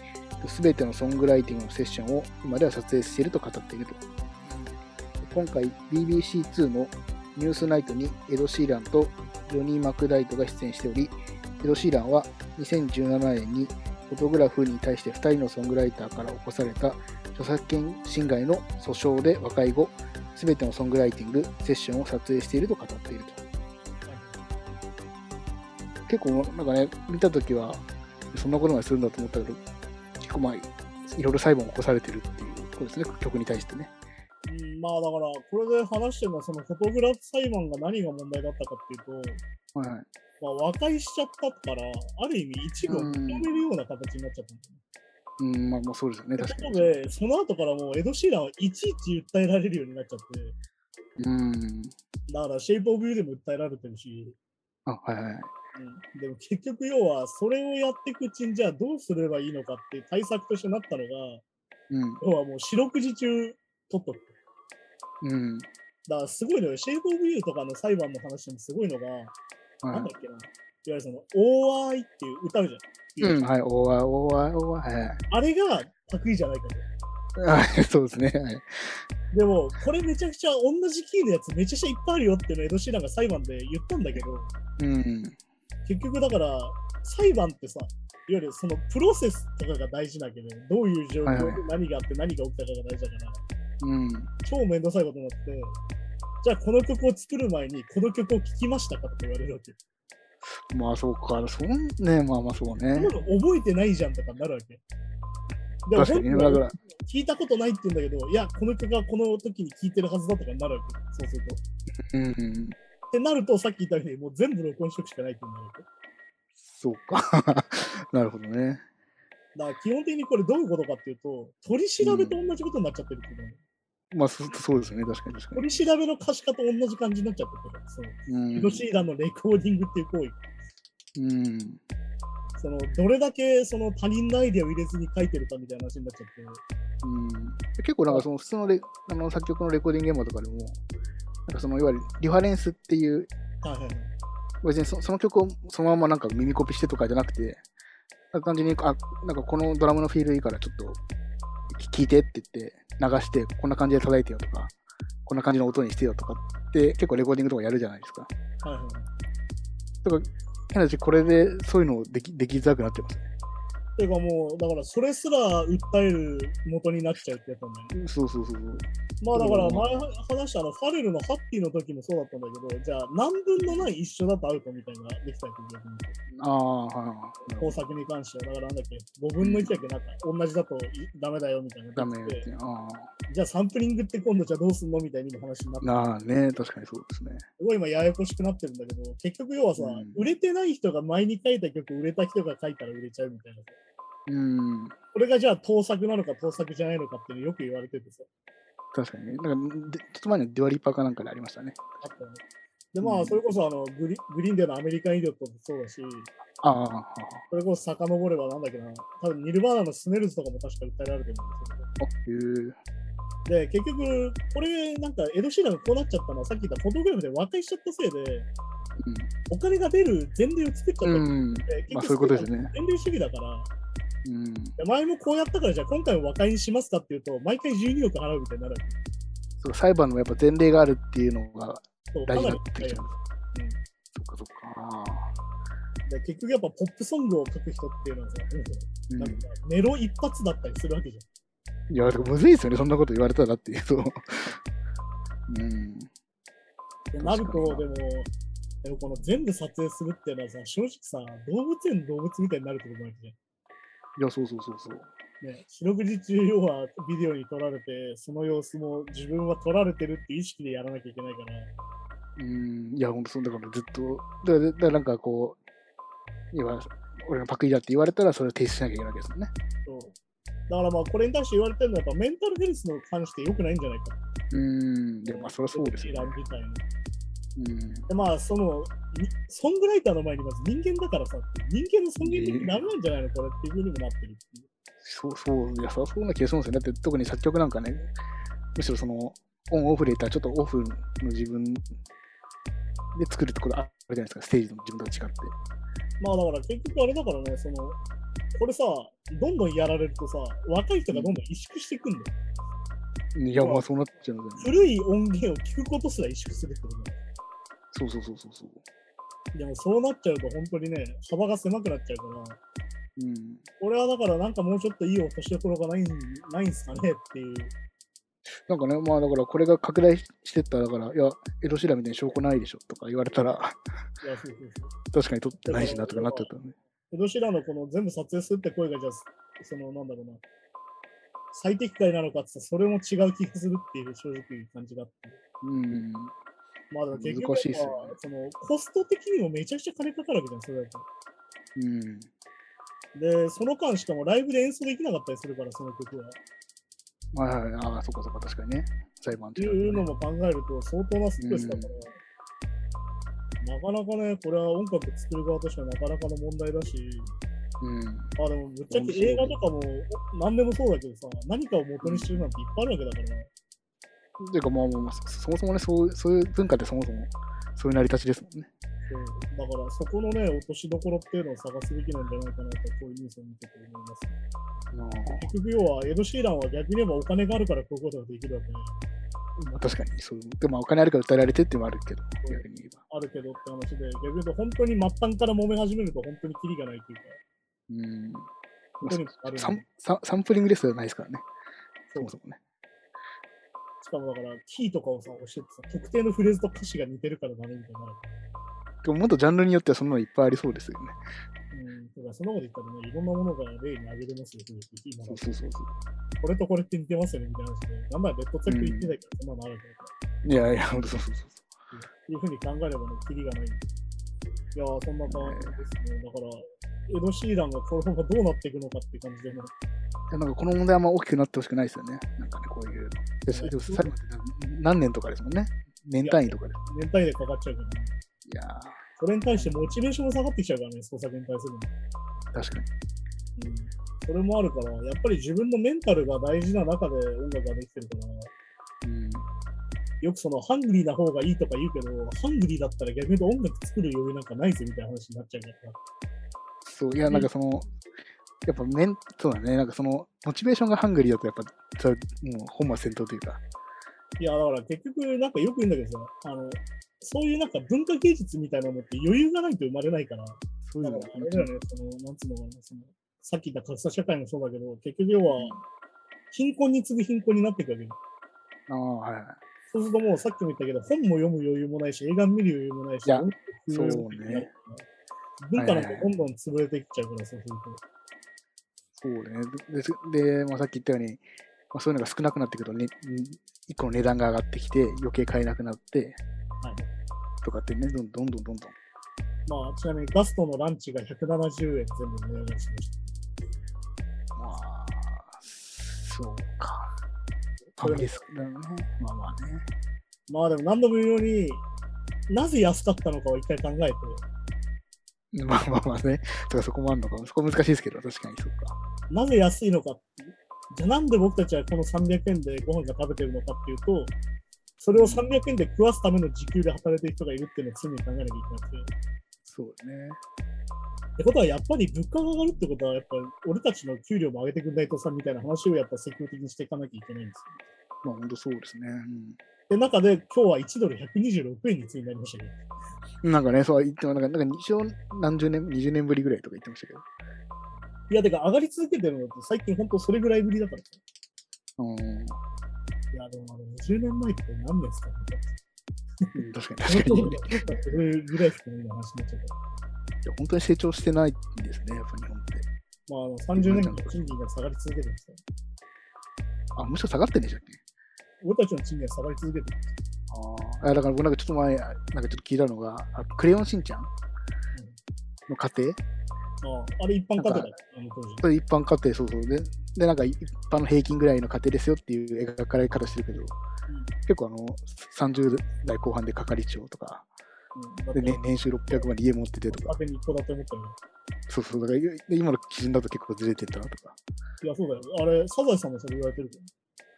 すべてのソングライティングのセッションを今では撮影していると語っていると。今回、BBC2 のニュースナイトにエド・シーランとジョニー・マクダイトが出演しており、エド・シーランは2017年にフォトグラフに対して2人のソングライターから起こされた著作権侵害の訴訟で和解後、すべてのソングライティング、セッションを撮影していると語っていると。結構、なんかね、見たときは、そんなことまでするんだと思ったけど、結構まあ、いろいろ裁判を起こされてるっていうことですね、曲に対してね。うんまあだから、これで話してるのは、そのフォトグラフ裁判が何が問題だったかっていうと、はいはい。まあ、和解しちゃったから、ある意味一部を認めるような形になっちゃったんだよね。うん、まあ、もうそうですよね、と確こかろに。で、その後からもうエド・シーランはいちいち訴えられるようになっちゃって、うん。だからシェイプ・オブ・ユーでも訴えられてるし、あ、はいはいはい。うん、でも結局要はそれをやっていくうちにじゃあどうすればいいのかって対策としてなったのが、うん。要はもう四六時中取っとく。うん。だからすごいのよ、シェイプ・オブ・ユーとかの裁判の話でもすごいのが、はないんだっけな、いわゆるその、おーいっていう歌うじゃん。うん、はい、おわ、おわ、おわ、はいはい。あれがパクリじゃないかと。はい そうですね。はいでも、これめちゃくちゃ同じキーのやつめちゃくちゃいっぱいあるよっていうのをエド・シーランが裁判で言ったんだけど、うん。結局だから裁判ってさ、いわゆるそのプロセスとかが大事だけど、どういう状はい況はいで何があって何が起きたかが大事だから、うん。超めんどくさいことになって、じゃあこの曲を作る前にこの曲を聴きましたかって言われるわけ。まあそうか、そんね、まあまあそうそんねな。の覚えてないじゃんとかになるわけ。でも確かにね、本だか人はら、聞いたことないって言うんだけど、いや、この曲はこの時に聴いてるはずだとかになるわけ。そうすると。うん。ってなると、さっき言ったように、もう全部録音しとくしかないって言うんだけど。そうか。 なるほどね。だから基本的にこれどういうことかっていうと、取り調べと同じことになっちゃってるけど、まあそそうですね、確かに確か取り調べの可視化と同じ感じになっちゃってるから、その、に。うんヒロシーラのレコーディングっていう行為、うん。その、どれだけその他人のアイデアを入れずに書いてるかみたいな話になっちゃって、うん、結構なんかその普通のレあの作曲のレコーディング現場とかでも、なんかそのいわゆるリファレンスっていう、はいはいはい。別にそその曲をそのままなんか耳コピしてとかじゃなくて、なんか単純に、あ、なんかこのドラムのフィールいいからちょっと聞聞いてって言って流して、こんな感じで叩いてよとか、こんな感じの音にしてよとかって結構レコーディングとかやるじゃないですか。はいはいはいだから変な話、これでそういうのをできできづらくなってますね。ていうかもう、だからそれすら訴える元になっちゃうってやつなんだよね。そうそうそうそう。まあだかうらん前話したあのファレルのハッピーの時もそうだったんだけど、じゃあ何分のない一緒だとアウトみたいなできたりとか逆にああ、はいはい。工作に関しては、だからなんだっけ、5分の1だっけ、なんか同じだといダメだよみたいなダのメがよ出っててて。あじゃあサンプリングって今度じゃあどうすんのみたいな話になっあ。て、なあね、確かにそうですね。すごい今ややこしくなってるんだけど、結局要はさ、うん売れてない人が前に書いた曲、売れた人が書いたら売れちゃうみたいな。うん、これがじゃあ盗作なのか盗作じゃないのかっていうのよく言われててさ。確かにね。なんか、でちょっと前にデュアリパーかなんかでありましたね。あったよね。で、まうあ、んそれこそあのグリ、グリーンデーのアメリカンイディオットもそうだし、ああ、あそれこそ遡ればなんだっけな、多分ニルバーナのスネルズとかも確か訴えられてるんですよ。へえ。で、結局、これ、なんか、エド・シーランがこうなっちゃったのは、さっき言ったフォトグラフで和解しちゃったせいで、お金が出る前例を作っちゃったうんん。うん。で、まあ、そういうことですね。ね。前例主義だから、うん。で前もこうやったから、じゃあ今回も和解にしますかっていうと、毎回12億払うみたいになるわけ。そう裁判のやっぱ前例があるっていうのがそう大事になっかてなきりちゃうんです。そっかそっか。ああ。で結局やっぱポップソングを書く人っていうのはさ、 うんなんかネロ一発だったりするわけじゃん。いや、でもむずいですよね。そんなこと言われたらだっていうと。うん。ってなると、確かでも、でもこの全部撮影するっていうのはさ、正直さ、動物園の動物みたいになるってことなわけじいや、そうそうそうそう。ゃん。ね、四六時中、要はビデオに撮られて、その様子も自分は撮られてるっていう意識でやらなきゃいけないから、うん、いや、ほんとそうだからずっと、だから、だからなんかこう、いわ俺がパクリだって言われたら、それを停止しなきゃいけないわけですもんね。そうだからまあ、これに対して言われてるのは、やっぱメンタルヘルスの関して良くないんじゃないか。うん、でもまあ、そりゃそうですよランね。みたいな。うん、で、まあ、その、にソングライターの前にまず人間だからさ、人間の尊厳的にダメなんじゃないのこれっていうふうにもなってるっていう。そう、そう、いや、そりゃそうな気がするんですよ。だって、特に作曲なんかね、むしろその、オンオフで言ったら、ちょっとオフの自分で作るところあるじゃないですか、ステージの自分とは違って。まあだから結局あれだからね、その、これさ、どんどんやられるとさ、若い人がどんどん萎縮していくんだよ。いや、そうまあ、そうなっちゃうんだよね。古い音源を聞くことすら萎縮するってことだよそうそうそうそうそう。でもそうなっちゃうと本当にね、幅が狭くなっちゃうから、うん。俺はだからなんかもうちょっといい落としどころがないんないんすかねっていう。なんかね、まあ、だから、これが拡大してったら、だから、いや、江戸調べみたいに証拠ないでしょとか言われたら、 いや、そうそうそう。確かに撮ってないしなとかなっちゃったのね。江戸白のこの全部撮影するって声がじゃあ、そのなんだろうな、最適解なのかって言ったらそれも違う気がするっていう正直感じがあって。うん。まあでも結局難しいっすよねやっぱそのコスト的にもめちゃくちゃ金かかるわけじゃん、それだと。うん。で、その間しかもライブで演奏できなかったりするから、その曲は。はいはい、ああ、そっかそっか、確かにね。裁判と中、いうのね。も考えると相当なストレスだから、なかなかね、これは音楽作る側としてはなかなかの問題だし、うん。まあでもぶっちゃけ映画とかも何でもそうだけどさ、何かを元にしてるなんていっぱいあるわけだから、ていうか、まあまあまあ、そそもそもね、そうそそういう文化ってそもそもそういう成り立ちですもんね。そうだからそこのね、落としどころっていうのを探すべきなんじゃないかなと、こういうニュースを見てて思います、ね。ま結局要は、エド・シーランは逆に言えばお金があるからこういうことができるわけ、ね、あ確かにそう。でもお金あるから訴えられてっていうのもあるけど、うん逆に言えば。あるけどって話で、逆に言うと本当に末端から揉め始めると本当にキリがないというか、うんまここにもああるんでサンサンサンプリングレストじゃないですからね。そそうもそもね。しかもだから、キーとかをさ、押しててさ、特定のフレーズと歌詞が似てるからダメみたいなのある。でももっとジャンルによってはそんなのいっぱいありそうですよね。うん、だからそんなこと言ったらね、いろんなものが例に挙げれますよ、正直今だそとうそうそうそこれとこれって似てますよねみたいな話で、なんだよ、レッドチェック言ってないから、そんなのあるんだよう。いやいや、ほんとそうそうそうそっていうふうに考えればね、キリがないんで。いやー、そんな感じですね。だから、エド・シーランがこのままどうなっていくのかって感じでね、う。いやなんかこの問題はあんま大きくなってほしくないですよね。なんかね、こういうの。でそれでも最後まで何年とかですもんね。年単位とかで。年単位でかかっちゃうからね。いやそれに対してモチベーションも下がってきちゃうからね、創作に対するの。ー、確かに。うん。それもあるから、やっぱり自分のメンタルが大事な中で音楽ができてるから、うん。よくそのハングリーな方がいいとか言うけど、ハングリーだったら逆に言うと音楽作る余裕なんかないぜみたいな話になっちゃうから。そう、いや、なんかその、やっぱメン、そうだね、なんかその、モチベーションがハングリーだと、やっぱ、それもう本末転倒というか、いや、だから結局、なんかよく言うんだけどさ、あの、そういうなんか文化芸術みたいなのって余裕がないと生まれないから、だかそういらうのあれだよね、その、なんつうのかな、その、さっき言った格差社会もそうだけど、結局要は、貧困に次ぐ貧困になっていくわけよ。ああ、はいはい。そうするともうさっきも言ったけど、本も読む余裕もないし、映画見る余裕もないし、いや音楽聴く余裕もないから文化なんかはいはいどはんどん潰れてきちゃうから、そうするそうね。で、でまあ、さっき言ったように、まあ、そういうのが少なくなってくると、ね、ん一個の値段が上がってきて、余計買えなくなって、はいとかってね、どんどんどんどんどん。と。まあ、ちなみにガストのランチが170円全部値上がりしました。まあ、そうか。ファミレスだよね。まあまあね。 まあでも何度も言うように、なぜ安かったのかを一回考えて、まあまあまあね。とかそこもあるのか。そこ難しいですけど、確かにそうか。なぜ安いのかっていう。じゃあなんで僕たちはこの300円でご飯が食べてるのかっていうと、それを300円で食わすための時給で働いてる人がいるっていうのを常に考えなきゃいけなくて。そうだね。ってことはやっぱり物価が上がるってことは、やっぱり俺たちの給料も上げてくんないとさみたいな話をやっぱ積極的にしていかなきゃいけないんですよ。まあ本当そうですね。うんで、中で今日は1ドル126円についになりましたけど、なんかね、そう言っても、なんか、なんか一応何十年、20年ぶりぐらいとか言ってましたけど。いや、てか上がり続けてるのって最近本当それぐらいぶりだから。うん。いや、でもあの20年前って何年ですかね確かに確かに。いやだってそれぐらいしかない話になっちゃうから。本当に成長してないんですね、やっぱ日本って。まあ、あの30年間賃金が下がり続けてるんですよ。あ、むしろ下がってんでしたっけ俺たちの賃金は下がり続けてるんですよ。ああ。だから僕なんかちょっと前、なんかちょっと聞いたのが、あクレヨンしんちゃんの家庭あああれ一般家庭だなんよ、あの当時。それ一般家庭、そうそう。で、でなんか一般の平均ぐらいの家庭ですよっていう描かれ方してるけど、結構あの、30代後半で係長とか、うん、だっで、て、ね、年収600万で家持っててとか、家庭に一戸建て持ったよ。そうそう。だからで今の基準だと結構ずれてたなとか。いや、そうだよ。あれ、サザエさんもそれ言われてるけど。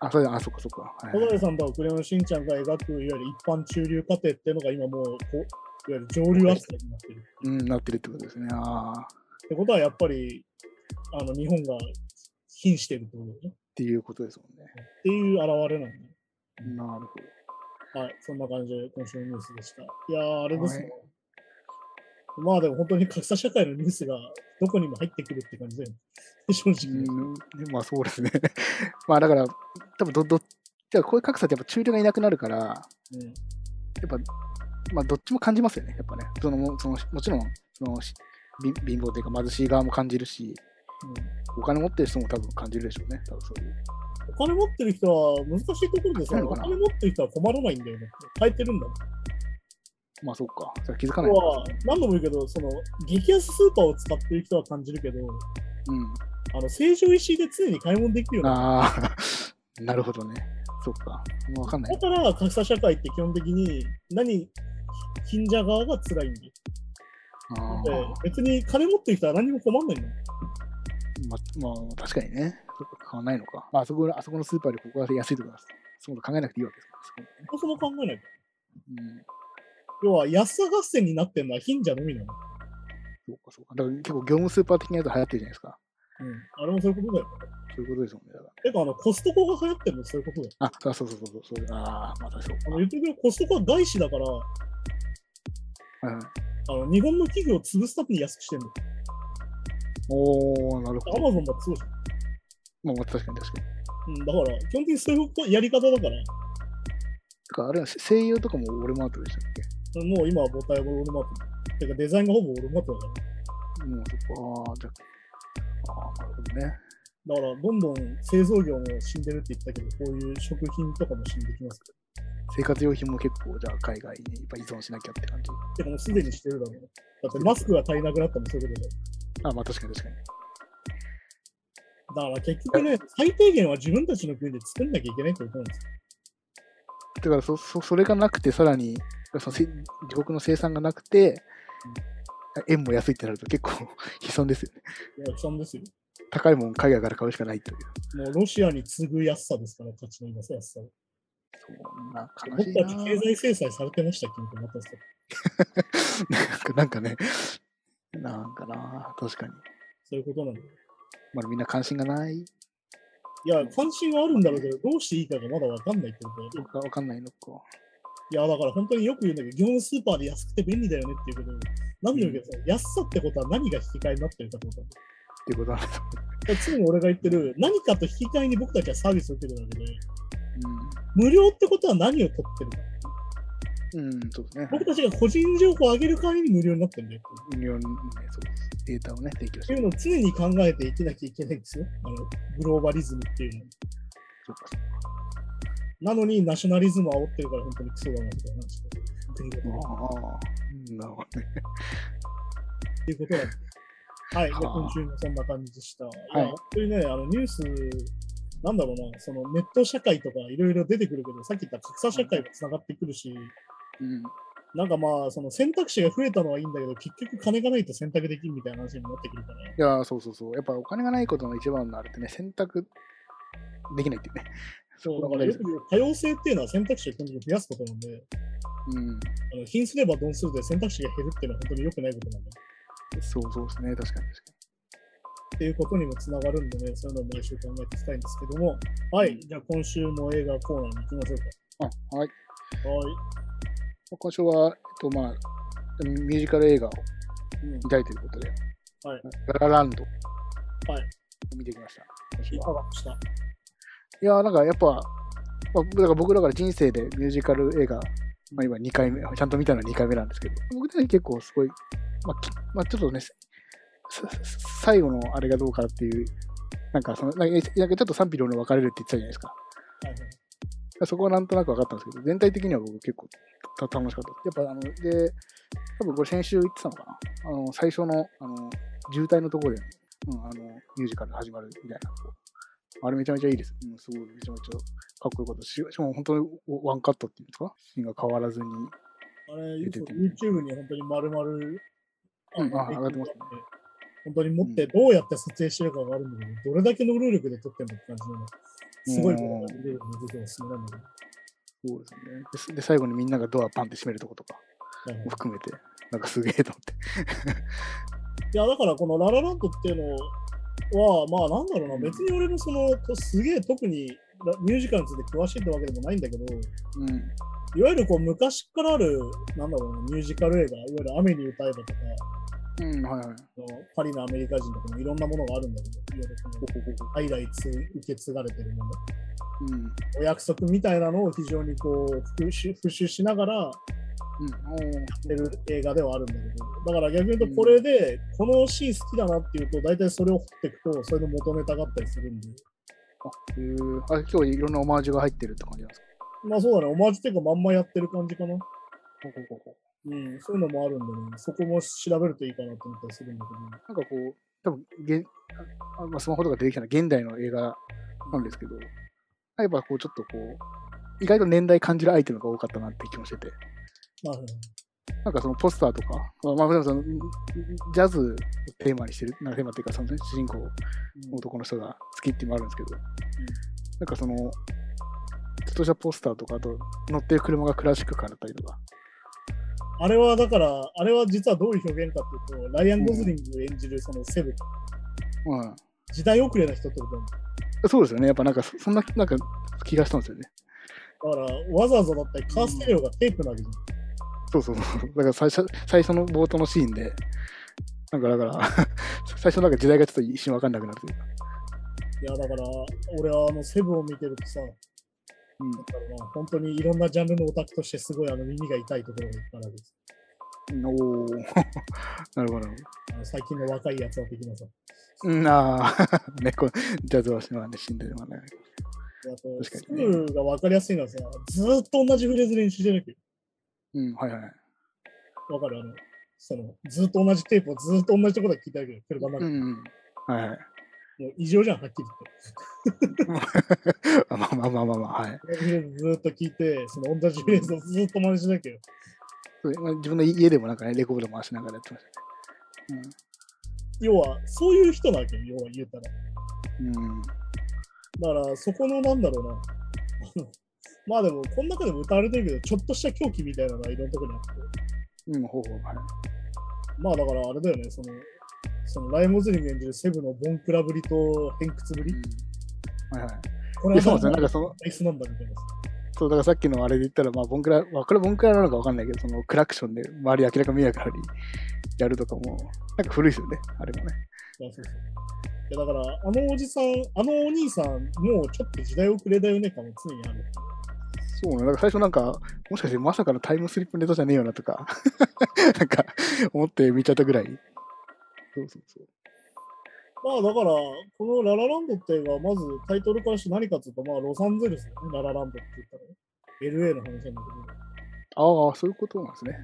あ、それあ、そっかそっか。はいはいサザエさんとクレヨンしんちゃんが描く、いわゆる一般中流家庭っていうのが今もう、こういわゆる上流扱いになってる。うん、なってるってことですね。ああ、っってことは、やっぱり、あの、日本が貧してるってことだよね。ていうことですもんね。っていう現れなんだね。なるほど。はい、そんな感じで今週のニュースでした。いやー、あれですね。はいまあでも本当に格差社会のニュースがどこにも入ってくるって感じだよね。 正直、うん、でまあそうですね。 まあだから、多分ど、ど、じゃあこういう格差ってやっぱ中流がいなくなるから、やうんっぱ、まあどっちも感じますよね、やっぱね。その、もそのもちろん、その、し貧貧乏というか貧しい側も感じるし、お金持ってる人も多分感じるでしょうね。多分そういう。お金持ってる人は難しいところでさ、そうなのおかな金持ってる人は困らないんだよね。変えてるんだもん。まあそうか。それは気づかあないとのかは何度も言うけど、その激安スーパーを使ってる人は感じるけど、うあの成城石井で常に買い物できるようん。な。ああ、 なるほどね。そっか。もうわかんないだ。から格差社会って基本的に何、貧者側が辛いんだよ。あだあって別に金持ってる人は何にも困んないんだもん。ままあ、確かにね。そこ買わないのか。まあ、あそこあそこのスーパーでここが安いとか、そういうこと考えなくていいわけですから。そこそもそも考えないから。うん要は安さ合戦になってんのは貧者のみなの。そうかそうか。だから結構業務スーパー的なやつ流行ってるじゃないですか。うん。あれもそういうことだよ。そういうことですもんね。だからてか、あの、コストコが流行ってるのそういうことだよ。あ、そうそうそうそうそう。ああ、またそうあかの、。言ってるけど、コストコは外資だから、うん、あの、日本の企業を潰すために安くしてんの。おおなるほアど。マゾンだってそうじゃん。まあ、まあ確かに確かに。うん、だから、基本的にそういうやり方だから、だからあれは声優とかも俺もあったでしたっもう今は母体はオールマート。てか、デザインがほぼオールマートだから。けもうそこ、ああ、じゃあ、ああ、なるほどね。だから、どんどん製造業も死んでるって言ったけど、こういう食品とかも死んできますけ生活用品も結構、じゃあ海外にいっぱい依存しなきゃって感じ。ど。てか、もうすでにしてるだろうね。だって、マスクが足りなくなったもそういうことだよ。ああ、まあ確かに確かに。だから、結局ね、最低限は自分たちの国で作んなきゃいけないってことなんですよ。だからそそそれがなくて、さらにそのせ自国の生産がなくて、円も安いってなると結構 悲惨ですよね。いや、悲惨ですよ。高いもん海外から買うしかないという。もうロシアに次ぐ安さですから、勝ちの今さ、安さは。そんな悲し僕いたなち経済制裁されてましたっけみたいになったんですよ。なんか。なんかね、なんかな、確かに。そういうことなんだよ。まだみんな関心がないいや、関心はあるんだろうけど、どうしていいかがまだわかんないってことだよのかわかんないのか。いや、だから本当によく言うんだけど、業務スーパーで安くて便利だよねっていうけど、何よりもさ、安さってことは何が引き換えになってるかってことなんだよっていうことなんです。だから常に俺が言ってる、何かと引き換えに僕たちはサービスを受けてるわけで、う無料ってことは何を取ってるか。ん、うん、そうですね。僕たちが個人情報を上げる代わりに無料になってるんだよっ日本にね、そうです。データをね、提供してている。うのを常に考えていけなきゃいけないんですよ。あの、グローバリズムっていうのに。そうかそうかなのに、ナショナリズムを煽ってるから本当にクソだなみたいな話で国ごとにああ、なるほどね。っていうこと なんで。はい、はあで今週もそんな感じでした。いいや、本当にね、あのニュース、なんだろうな、そのネット社会とかいろいろ出てくるけど、さっき言った格差社会がつながってくるし、うん。なんかまあ、その選択肢が増えたのはいいんだけど、結局金がないと選択できるみたいな話になってくるから、いやーそうそうそう。やっぱお金がないことの一番のあれってね、選択できないっていうね。 そうこだかが問らよ題ですく言う多様性っていうのは選択肢を基本的に増やすことなんで、うん。あの貧すれば鈍するで選択肢が減るっていうのは本当に良くないことなんだそうそうですね。確かに確かっていうことにもつながるんでね、そういうのを毎週考えていきたいんですけども、はい、うんじゃあ今週も映画コーナーに行きましょうに。あ、はい。か。はい。今週は、えっと、まあ、ミュージカル映画をうん見たいということで、はいララランド。はい。見てきました。今週いはかがでしたいやーなんかやっぱ、まあ、だから僕らから人生でミュージカル映画、まあ、今2回目、ちゃんと見たのは2回目なんですけど、僕的に結構すごい、まあきまあ、ちょっとね、ささ最後のあれがどうかっていう、なんかその、なんかえなんかちょっと賛否両論分かれるって言ってたじゃないですか。はいはいそこはなんとなく分かったんですけど、全体的には僕結構た楽しかった。やっぱあの、で、多分これ先週言ってたのかな。あの、最初の、あの、渋滞のところで、うん、あの、ミュージカル始まるみたいな。あれめちゃめちゃいいです。うん、すごい、めちゃめちゃかっこよかったし、しかも本当にワンカットっていうんですかシーンが変わらずに。あれ、出てて YouTube に本当に丸々、うんのあ上がってますね本当に持ってどうやって撮影してるかがあるんだけど、どれだけの労力で撮ってんだって感じのね、すごいことが見れるので、ぜひおすすめなんだけそうですねです。で、最後にみんながドアパンって閉めるとことかど。はいはいも含めて、なんかすげえと思って。いや、だからこのララランドっていうのは、まあなんだろうな、別に俺もその、とすげえ特にラミュージカルについて詳しいってわけでもないんだけど、うん。いわゆるこう昔からある、なんだろうな、ミュージカル映画、いわゆる雨に歌えばとか、うん、はいはい。あのパリのアメリカ人とかもいろんなものがあるんだけど、いわゆるこのほほほほ代々つ受け継がれてるもの、うん。うん。お約束みたいなのを非常にこう復習復習しながらやおーってる映画ではあるんだけど、だから逆に言うと、これで、このシーン好きだなっていうと、大体それを掘っていくと、それの元ネタがあったりするんで、あ、へえあ、今日いろんなオマージュが入ってるって感じなんですかまあそうだね、オマージュっていうか、まんまやってる感じかな。ほうほうほうほうん、そういうのもあるんでね、そこも調べるといいかなと思ったりするんだけど、うなんかこう、多分現あまあ、スマホとか出てきたのは現代の映画なんですけど、やっぱこうちょっとこう、意外と年代感じるアイテムが多かったなって気もしてて、まあうんなんかそのポスターとか、まあ、まあ、でもそのジャズをテーマにしてる、なんかテーマっていうか、その主人公の男の人が好きっていうのもあるんですけど、なんかその、ちょっとしたポスターとか、あと乗ってる車がクラシックカーだったりとか、あれはだから、あれは実はどういう表現かっていうと、ライアン・ゴズリング演じるそのセブン、うん。時代遅れな人ってことなんそうですよね。やっぱなんか、そそんな、なんか気がしたんですよね。だ。だから、わざわざだったり、カーステレオがテープなわけじゃん。そう そうそう。だから最初、最初の冒頭のシーンで、なんかだから、 最初なんか時代がちょっと一瞬わかんなくなるというか。いや、だから、俺はあのセブンを見てるとさ、なんだろうな、本当にいろんなジャンルのオタクとしてすごいあの耳が痛いところがいっぱいあるわけです。うん。おー。 なるほど。あの最近の若いやつは的なさ。うん、あー。 ね、こう、ジャズはしまね、死んでるわね。であと、確スかクにねールが分かりやすいのはさ、ずーっと同じフレーズ練習してるわけよ。うん、はいはい。わかるあの、その、ずーっと同じテープをずーっと同じところで聞いてあげるけど、車のう中ん、うん。はい はい。で。もう異常じゃん、はっきりあまあまあまあまあまあ、はい。言って。同じフレーズずーっと聞いて、その同じフレーズをずーっと真似してるわけよ。そうまあ自分の家でもなんかね、レコード回しながらやってましたね。要は、そういう人なわけよ、要は言うたら。うん。うん。だから、そこのなんだろうな。 あのまあでも、この中でも歌われてるけど、ちょっとした狂気みたいなのがいろんなところにあって。うん、ほうほう、はい。まあだからあれだよね、その、そのライモズリング演じるセブのボンクラぶりと偏屈ぶり。うんはいはい。こいやそうながんですよ。なんかその、ナイスなんだみたいなさ。そう、だからさっきのあれで言ったら、まあ、ボンクラ、まあ、これボンクラなのかわかんないけど、そのクラクションで周り明らか見えなくなり、やるとかも、なんか古いですよね、あれもね。そうそうそういやだから、あのおじさん、あのお兄さん、もうちょっと時代遅れだよねかも常にある。そうね、なんか最初なんか、もしかしてまさかのタイムスリップネタじゃねえよなとか、 なんか、思って見ちゃったぐらい。そうそうそう。まあだから、このララランドって映画は、まずタイトルからして何かっていうと、まあロサンゼルスだよね、ララランドって言ったら、ね。LA の話なんだけど、ああ、そういうことなんですね。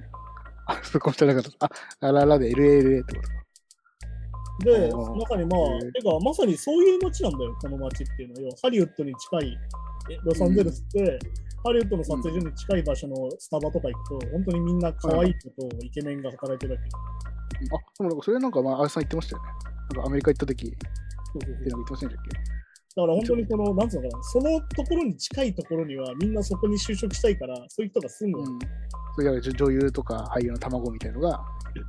あ、そこも知らなかった。あ、あららで LLA ってことか。で、あーその中にまあへー、てか、まさにそういう街なんだよ、この街っていうのは。要はハリウッドに近い、えロサンゼルスって、ハリウッドの撮影所に近い場所のスタバとか行くと、本当にみんな可愛い子とイケメンが働いてるわけ。あ、でもなんかそれなんか、まあ、あれさん言ってましたよね。なんかアメリカ行った時、ってそうそうなんか言ってませんでしたっけだから本当にこの、なんつうのかな、そのところに近いところには、みんなそこに就職したいから、そういう人が住むうのいっん。それじゃ女優とか俳優の卵みたいのが、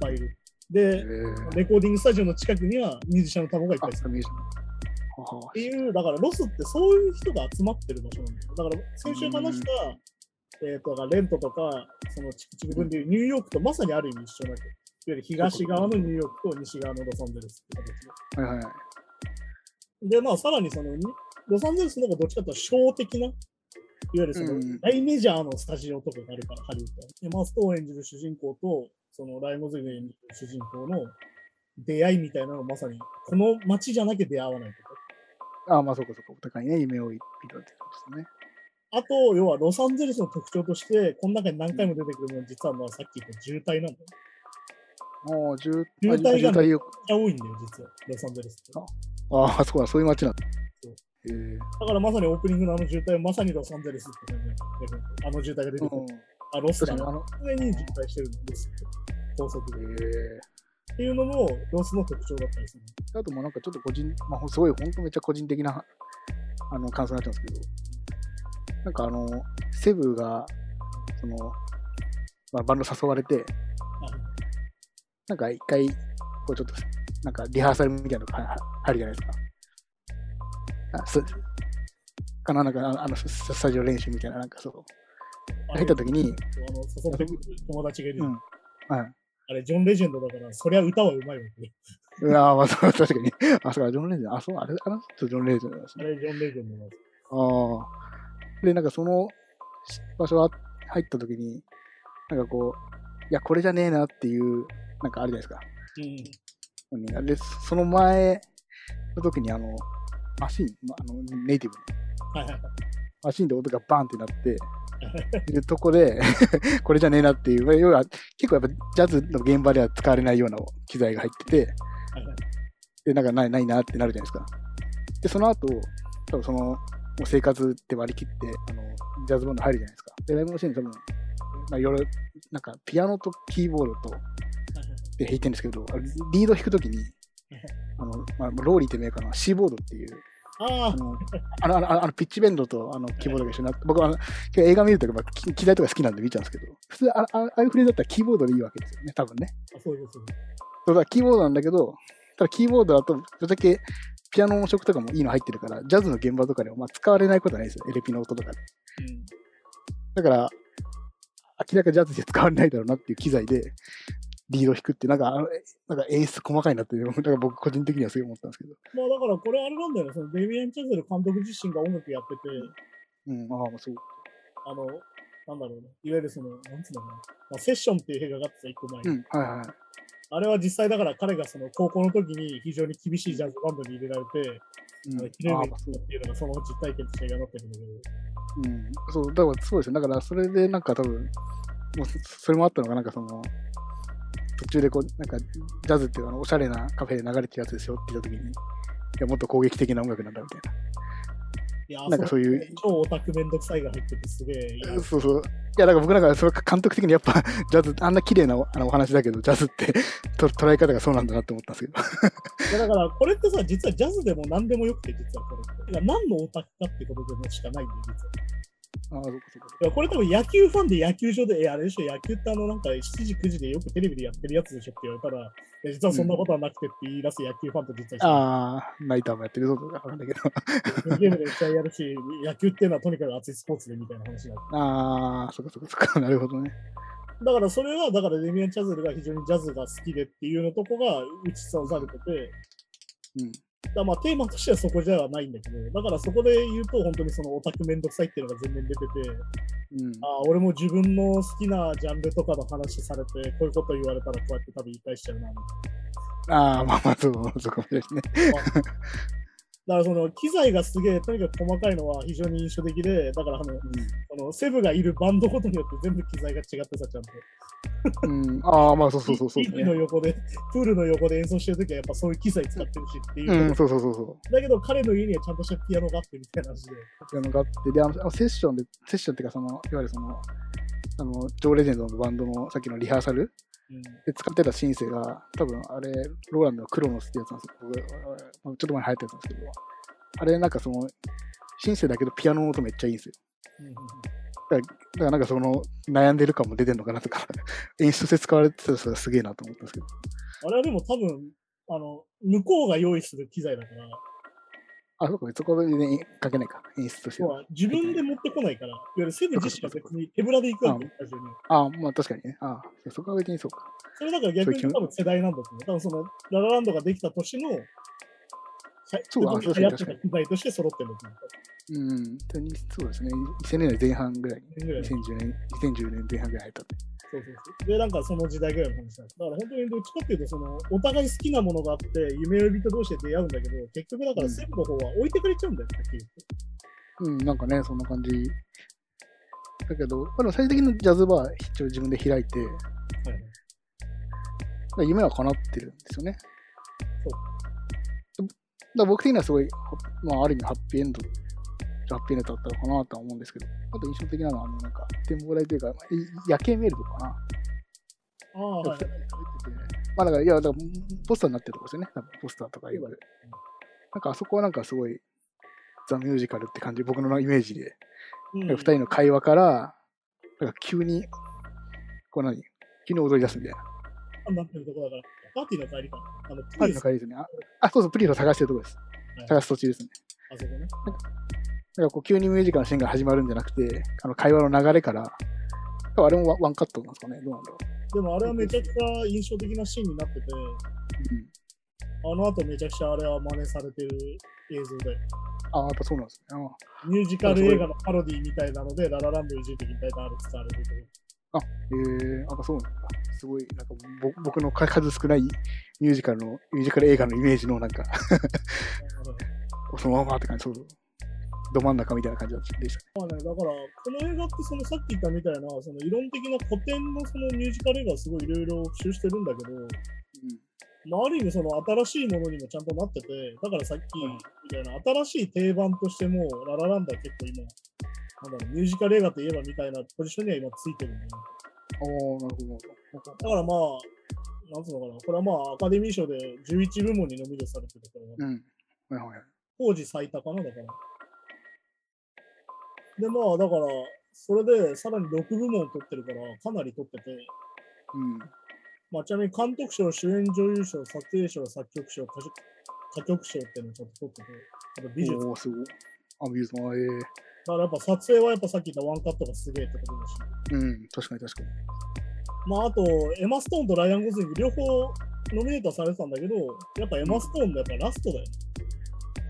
ぱいいる。えで、ーレコーディングスタジオの近くにはミュージシャンの卵がいっぱあいいる。それミュージシャンははっていう、だからロスってそういう人が集まってる場所なんだよ。だから先週話した、えっ、と、だからレントとか、そのチクチク分でいうニューヨークとまさにある意味一緒なわけ。いわゆる東側のニューヨークと西側のロサンゼルスって形はいはいはい。で。で、まあさらにその、にロサンゼルスの方がどっちかというとショー的な、いわゆるその、うん大メジャーのスタジオとかがあるから、ハリウッドは。エマストーンを演じる主人公と、そのライモズリンを演じる主人公の出会いみたいなのはまさに、この街じゃなきゃ出会わないとか。あ、まあそうかそうか。お互いね、夢を見たって感じですね。あと、要はロサンゼルスの特徴として、この中に何回も出てくるもの、実はまあさっき言った渋滞なんだよ。めっもう、渋渋滞があ渋滞よちゃ多いんだよ、実は、ロサンゼルスって。あああ、そうだ、そういう街なんだ。そうへえだからまさにオープニングのあの渋滞はまさにロサンゼルスって感じだよねあの渋滞が出てくうるん。。あ、ロス確かだに、あな。の、上に渋滞してるの、ロスって。高速で。へっえていうのも、ロスの特徴だったりする。あともうなんかちょっと個人、まあ、すごい本当めっちゃ個人的なあの感想になっちゃうんですけど、なんかあの、セブが、その、まあ、バンド誘われて、あなんか一回、こうちょっと、なんかリハーサルみたいなのがは入るじゃないですか。あ、す、かななんかあのあのススタジオ練習みたいな、なんかそう。入った時に、あの、誘ってくる友達がいるじゃん。うんはい。あれ、ジョン・レジェンドだから、そりゃ歌はうまいわけね。うわーまあ、そう確かに。あ、そうか、ジョン・レージェン。あ、そう、あれ、あの人ジョン・レージェンなんですあね。れ、ジョン・レジェンドなんですああ。で、なんかそのし場所は入った時に、なんかこう、いや、これじゃねえなっていう、なんかあるじゃないですか。本人が。で、その前の時に、あの、マシーン、まあのネイティうん。ブのはいはいはい。マシーンで音がバンってなって、で、とこで、 これじゃねえなっていう、まあ要は結構やっぱジャズの現場では使われないような機材が入っててはいはい、で、なんかないないなってなるじゃないですか。で、その後、多分その、もう生活って割り切って、あの、ジャズバンド入るじゃないですか。で、ライブのシーン多分、まあいろいろ、なんかピアノとキーボードとで弾いてるんですけど、あのリード弾くときに、あの、まあ、ローリーってメーカーのシーボードっていう、ああの、あの、あの、あのピッチベンドとあのキーボードが一緒になって、僕はあの映画見るとき、まあ、き機材とか好きなんで見ちゃうんですけど、普通あ、あああいうフレーズだったらキーボードでいいわけですよね、多分ね。あ、そうです、ね。そうだ、キーボードなんだけど、ただキーボードだと、それだけピアノの音色とかもいいの入ってるから、ジャズの現場とかでもまあ使われないことはないですよ、エレピの音とかで。うんだから、明らかにジャズで使われないだろうなっていう機材で、リードを弾くって、なんか、あのえなんか演出細かいなって、なんか僕個人的にはすごい思ったんですけど。まあだからこれあれなんだよね、そのデミアン・チャゼル監督自身が音楽やってて、うん、ああ、そう。あの、なんだろうね、いわゆるその、なんつうのかな、まあ、セッションっていう映画があってさ、一個前に、うん、はいはい。あれは実際だから彼がその高校の時に非常に厳しいジャズバンドに入れられて、うん、記念ああ日っていうのがその実体験として映画になってるんだけど、うん、そう、だからそうですね。だからそれでなんか多分、もうそそれもあったのが、なんかその、途中でこう、なんかジャズっていうかあのおしゃれなカフェで流れてるやつですよって言った時に、いや、もっと攻撃的な音楽なんだみたいいやーなんかそういうの超オタクめんどくさいが入っててすげえいいなな。そうそう。いや、だから僕なんかそれ監督的にやっぱ、 ジャズ、あんな綺麗なおあのお話だけど、ジャズってと捉え方がそうなんだなって思ったんですけ ど。いやだからこれってさ、実はジャズでも何でもよくて、実はこれって。いや何のオタクかってことでもしかないんで、実は。ああ、そうかそうか。いやこれ多分野球ファンで野球場で、え、あれでしょ、野球ってあのなんか7時、9時でよくテレビでやってるやつでしょって言われたら、いや実はそんなことはなくてって言い出す野球ファンと実は ああ、ナイターもやってるぞとかあるんだけど。 ゲームで試合やるし、野球っていうのはとにかく熱いスポーツでみたいな話になる。ああ、そうかそうかそうか。なるほどね。だからそれは、だからデミアン・チャズルが非常にジャズが好きでっていうのとこが打ち刺されてて、うん。だからまあテーマとしてはそこじゃないんだけど、だからそこで言うと本当にそのオタクめんどくさいっていうのが全面出てて、うん。ああ俺も自分の好きなジャンルとかの話されて、こういうこと言われたらこうやって多分言い返しちゃうな、みたいな。ああ、まあまあ、そう、そうかもしれないですね。だからその機材がすげえとにかく細かいのは非常に印象的で、だからあのうんあのセブがいるバンドごとによって全部機材が違ってさ、ちゃんと。うん、ああ、まあそうそうそうそうビでーすチのね。横で、プールの横で演奏してるときはやっぱそういう機材使ってるしっていうう。ん、そうそうそうそだけど彼の家にはちゃんとしたピアノがあってみたいな話で。う。っていうのがあって、で、あのあのセッションで、セッションっていうか、その、いわゆるその、あの、ジョーレジェンドのバンドのさっきのリハーサルうんで使ってたシンセが、多分あれ、ローランドのクロノスってやつなんですよ。僕、まあちょっと前に流行ったやつなんですけど、あれなんかその、シンセだけどピアノの音めっちゃいいんですよ。うんうんだからなんかその、悩んでる感も出てんのかなとか、 演出で使われてたらそれすげえなと思ったんですけど。あれはでも多分、あの、向こうが用意する機材だから、あ、そうか、そこで、ね、かけないか、演出として要は。は自分で持ってこないから、いわゆるセブ自身は別に手ぶらで行くわけよ、スタジオに。ああ、まあ確かにね。ああ、そこは別にそうか。それだから逆に多分世代なんだと思う。多分そのララランドができた年の、はい、そうだ時に流行ってた機材として揃ってるんだと思うん、とにそうですね。2000年代前半ぐらいに、うぐらいの。そう2010年、2010年前半ぐらい入ったんで。そうそう。で、なんかその時代ぐらいの話なんだ。だから本当にどっちかっていうと、その、お互い好きなものがあって、夢追い人同士で出会うんだけど、結局だからセブの方は置いてくれちゃうんだよね、っていう。うん、なんかね、そんな感じ。だけど、まあ、でも最終的にジャズバー一応自分で開いて、はい夢は叶ってるんですよね。そう。だから僕的にはすごい、まあある意味ハッピーエンド、ハッピーエンドだったのかなとは思うんですけど、あと印象的なのは、あのなんか展望台というか、まあい夜景見えるとこかな。ああ、はい。まあだから、いや、だからポスターになってるとこですよね。多分ポスターとかいわゆる。なんかあそこはなんかすごい、ザ・ミュージカルって感じ、僕のイメージで。うん二、人の会話から、なんか急に、こう何急に踊り出すみたいな。なってるとこだから、パーティーの帰りかな。あの、プパリウリのス帰りですね。あ、あそうそう、プリンを探してるとこですは。い探す途中ですね。あそこね。だからこう急にミュージカルのシーンが始まるんじゃなくて、あの会話の流れから、多分あれもワンワンカットなんですかね。どうなんだろでもあれはめちゃくちゃ印象的なシーンになってて、う。うん。あの後めちゃくちゃあれは真似されてる映像で。ああ、やっぱそうなんですね。あミュージカル映画のパロディみたいなので、ララランドいじるときに大体あれ使われるけど。えー、なんかそうなんだ。すごい、なんかぼ僕の数少ないミュージカルの、ミュージカル映画のイメージのなんか、 そのままって感じ、そうそう。ど真ん中みたいな感じでしたまね。あね、だから、この映画ってそのさっき言ったみたいな、その理論的な古典のそのミュージカル映画をすごいいろいろ復習してるんだけど、まあ、ある意味その新しいものにもちゃんとなってて、だからさっきみたいな、新しい定番としても、ララランドは結構今、なんだろう、ミュージカル映画といえばみたいなポジションには今ついてるんだよね。うん。ああ、なるほどなるほど。だからまあ、なんつうのかな、これはまあアカデミー賞で11部門にノミネートされてるから、うん。はいはいはい。当時最多かな、だから。で、まあ、だから、それでさらに6部門取ってるから、かなり取ってて、うん。まあ、ちなみに監督賞、主演女優賞、撮影賞、作曲賞、歌手歌曲賞っていうのをちゃんと取ってて、あと美術。だおーすごい。あ、美術も、あええからやっぱ撮影はやっぱさっき言ったワンカットがすげえってことだし。うん、確かに確かに。まあ、あと、エマ・ストーンとライアン・ゴズリング両方ノミネートはされてたんだけど、やっぱエマ・ストーンのやっぱラストだよ。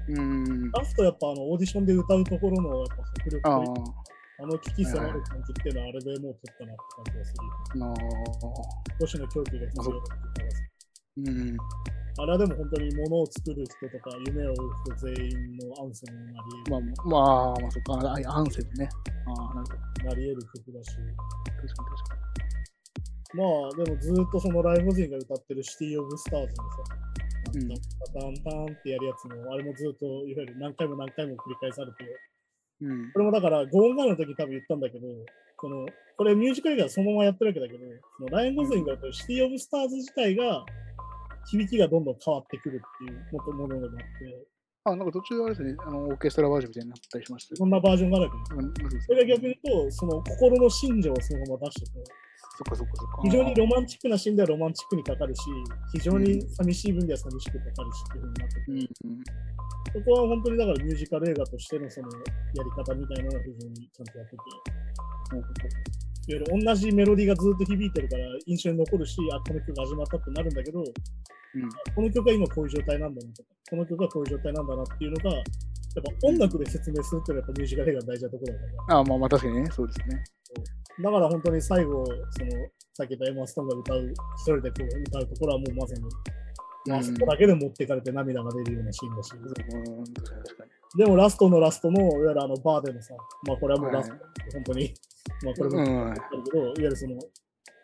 うん。ラストやっぱあのオーディションで歌うところのやっぱ迫力ああとい、うあの危機迫る感じっていうのはあれでもう取ったなって感じがする。なあ。都市の狂気が必要だって言ったらうん。あれはでも本当に物を作る人とか夢を追う人全員のアンセムになり得る,、まあ、まあ、まあ、そっか。あアンセムね。ああ、なるほど。なり得る曲だし、確かに確かに。まあでもずっとそのライムズインが歌ってるシティ・オブ・スターズのさ、うんタンタンタンってやるやつも、あれもずっといわゆる何回も何回も繰り返されて、うん。これもだから、ゴーンガーの時多分言ったんだけど、この、これミュージカル映画そのままやってるわけだけど、そのライオン・ゴズリングだとシティ・オブ・スターズ自体が、響きがどんどん変わってくるっていうもとものがあって、あ、なんか途中あれですね、あの、オーケストラバージョンみたいになったりしましたそんなバージョンがあるわけです。そよね。それが逆に言うと、その心の心情をそのまま出してて、そっかそっかそっか。非常にロマンチックなシーンではロマンチックにかかるし、非常に寂しい分では寂しくかかるしっていうふうになってて、うんうん。そこは本当にだからミュージカル映画としてのそのやり方みたいなのが非常にちゃんとやってて、いわゆる同じメロディーがずっと響いてるから印象に残るし、あ、この曲始まったってなるんだけど、うん。この曲は今こういう状態なんだなとか、この曲はこういう状態なんだなっていうのが、やっぱ音楽で説明するっていうのはやっぱミュージカル映画の大事なところだから。あ、まあまあ確かにね、そうですね。だから本当に最後、その、さっき言ったエマ・ストーンが歌う、一人でこう歌うところはもうまさに、まあそこだけで持ってかれて涙が出るようなシーンだし、うん、確かに確かでに。もラストのラストの、いわゆるあのバーでのさ、まあこれはもうラはスト、い本当に、まあこれもうだん、けど、いわゆるその、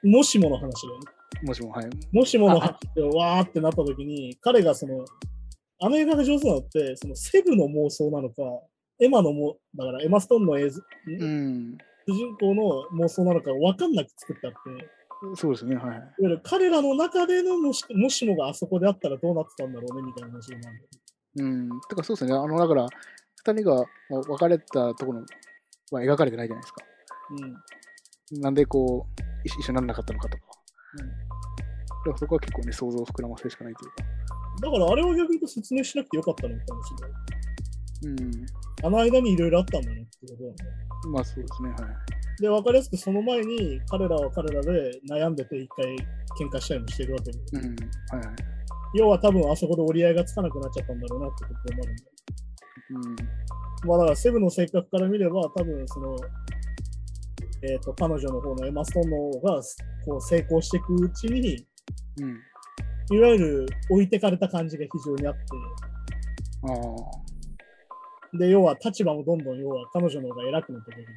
もしもの話だよね。もしも、はい。もしもの話でわーってなった時に、彼がその、あの映画が上手なのって、そのセブの妄想なのか、エマのも、だからエマ・ストーンの映像、うんん、主人公の妄想なのか分かんなく作ってあって、いわそうですね、はい。ゆる彼らの中でのもしもしもがあそこであったらどうなってたんだろうねみたいな話になるんだよねうん、てかそうですね、あの、だから、二人がまあ別れたところは描かれてないじゃないですか。うん。なんでこう、一緒一緒にならなかったのかとか。うんだからそこは結構ね、想像を膨らませるしかないというか。だからあれは逆に言うと説明しなくてよかったのかもしれない。うあの間にいろいろあったんだねってことなんだよね。ん、まあそうですね、はい。で、分かりやすくその前に彼らは彼らで悩んでて一回喧嘩したりもしてるわけで。うん、はいはい。要は多分あそこで折り合いがつかなくなっちゃったんだろうなってことになるんだよ。うん、まあだからセブの性格から見れば多分その、えっ、と、彼女の方のエマストーンの方がこう成功していくうちに、うん。いわゆる置いてかれた感じが非常にあって、ああ、で、要は立場もどんどん要は彼女の方が偉くなってくる。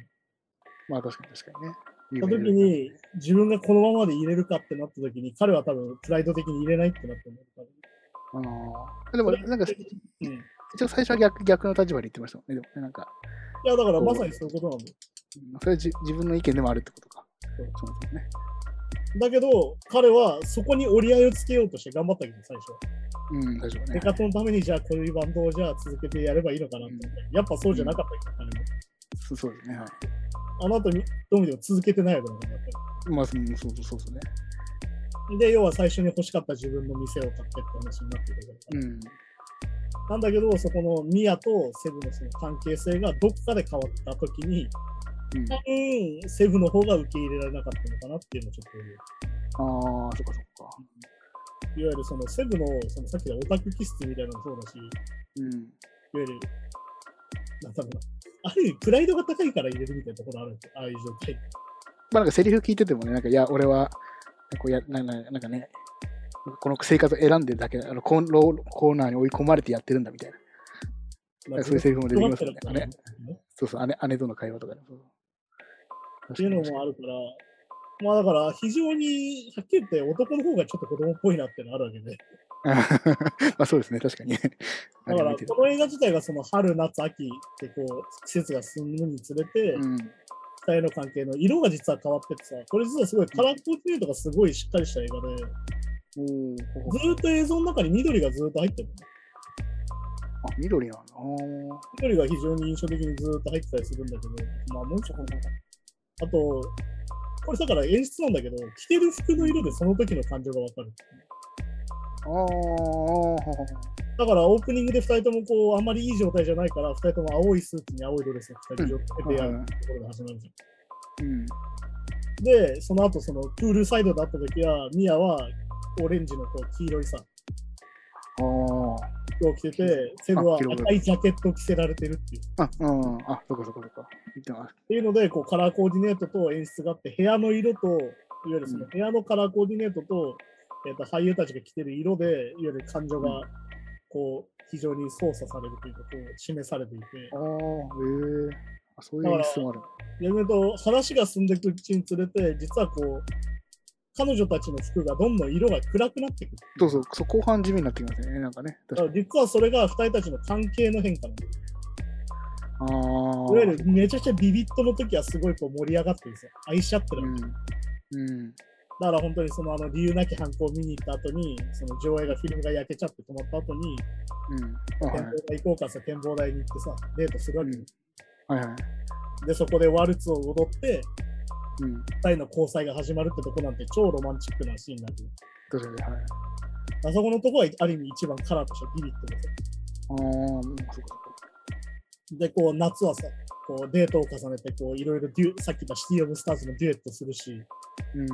まあ確かに確かにね。その時に自分がこのままで入れるかってなった時に彼は多分プライド的に入れないってなったんだろうああ。でも、なんか、多分うん。い一応最初は逆逆の立場で言ってましたもんね、でもね、なんか。やだからまさにそういうことなんだよ。うんそれはじ自分の意見でもあるってことか。そうそもそもね。だけど彼はそこに折り合いをつけようとして頑張ったけど最初は。うん、大丈夫生ね。活のためにじゃあこういうバンドをじゃあ続けてやればいいのかなって、やっぱそうじゃなかったけど、彼そそうですね。はい。もあの後にどう見ても続けてないわけだから、やっまあ、そうんそうそうそうですね。ぱり。で、要は最初に欲しかった自分の店を買ってって話になってくるから、うん。なんだけど、そこのミヤとセブのその関係性がどっかで変わった時に、うん、あ多分セブの方が受け入れられなかったのかなっていうのをちょっと思うあー、そっかそっか。いわゆるそのセブのそのさっきのオタク気質みたいなのもそうだし、いわうん。ゆる、なんだろうな、ある意味プライドが高いから入れるみたいなところあるんですよ、ああいう状態。まあ、なんかセリフ聞いててもね、なんか、いや、俺は、こうやなななんかね、この生活を選んでるだけあのコーンローコーナーに追い込まれてやってるんだみたいな。まなんかそういうセリフも出てきますよね。困なっんてかるねからねそうそう、姉姉との会話とかでもそうそう。っていうのもあるから、まあだから非常に、はっきり言って男の方がちょっと子供っぽいなっていうのあるわけで。 まあそうですね、確かに。だ かだからこの映画自体がその春、夏、秋ってこう季節が進むにつれて、うん、二人の関係の色が実は変わっててさ、これ実はすごいカラーコーディネートがすごいしっかりした映画で、おーほほずーっと映像の中に緑がずーっと入ってるのね。ああ、緑なんだ。あー緑が非常に印象的にずーっと入ってたりするんだけど、まあ、もう一個かな。あと、これだから演出なんだけど、着てる服の色でその時の感情がわかる。あーあだからオープニングで2人ともこう、あんまりいい状態じゃないから、2人とも青いスーツに青いドレスを着た状態でやるところが始まるじゃん。ー、うん。で、その後そのプールサイドで会った時は、ミアはオレンジのこう黄色いさ、あ服を着てて、セブはあ黄色い赤いジャケットを着せられてるっていう。あ。あ、うん。あ、そこそこそこ。あっていうので、こうカラーコーディネートと演出があって、部屋の色と、いわゆるそのうん部屋のカラーコーディネートと、えっと俳優たちが着てる色で、いわゆる感情うがこう非常に操作されるというか、こう示されていて、あー、へえ。あ、そういう演出もある。逆に言うと話が進んでいくうちにつれて、実はこう、彼女たちの服がどんどん色が暗くなっていくる。そうそう、そう後半地味になってきますね。なんかね。だから実はそれが二人たちの関係の変化なんだよああー。いわゆるめちゃくちゃビビットの時はすごいこう盛り上がってるんですよ。愛し合ってるわけうん。うん。だから本当にそのあの理由なき犯行を見に行った後に、その上映がフィルムが焼けちゃって止まった後に、うん。あはい展望台行こうかさ、展望台に行ってさ、デートするわけ、うんはいはい。で、そこでワルツを踊って、うん。二人の交際が始まるってとこなんて超ロマンチックなシーンなんで、確かに、はい。あそこのとこはある意味一番カラーとしてビビッとでさ。ああ、うんそこそこ。で、こう夏はさ、こうデートを重ねて、こういろいろデュさっき言ったシティ・オブ・スターズのデュエットするし、うん。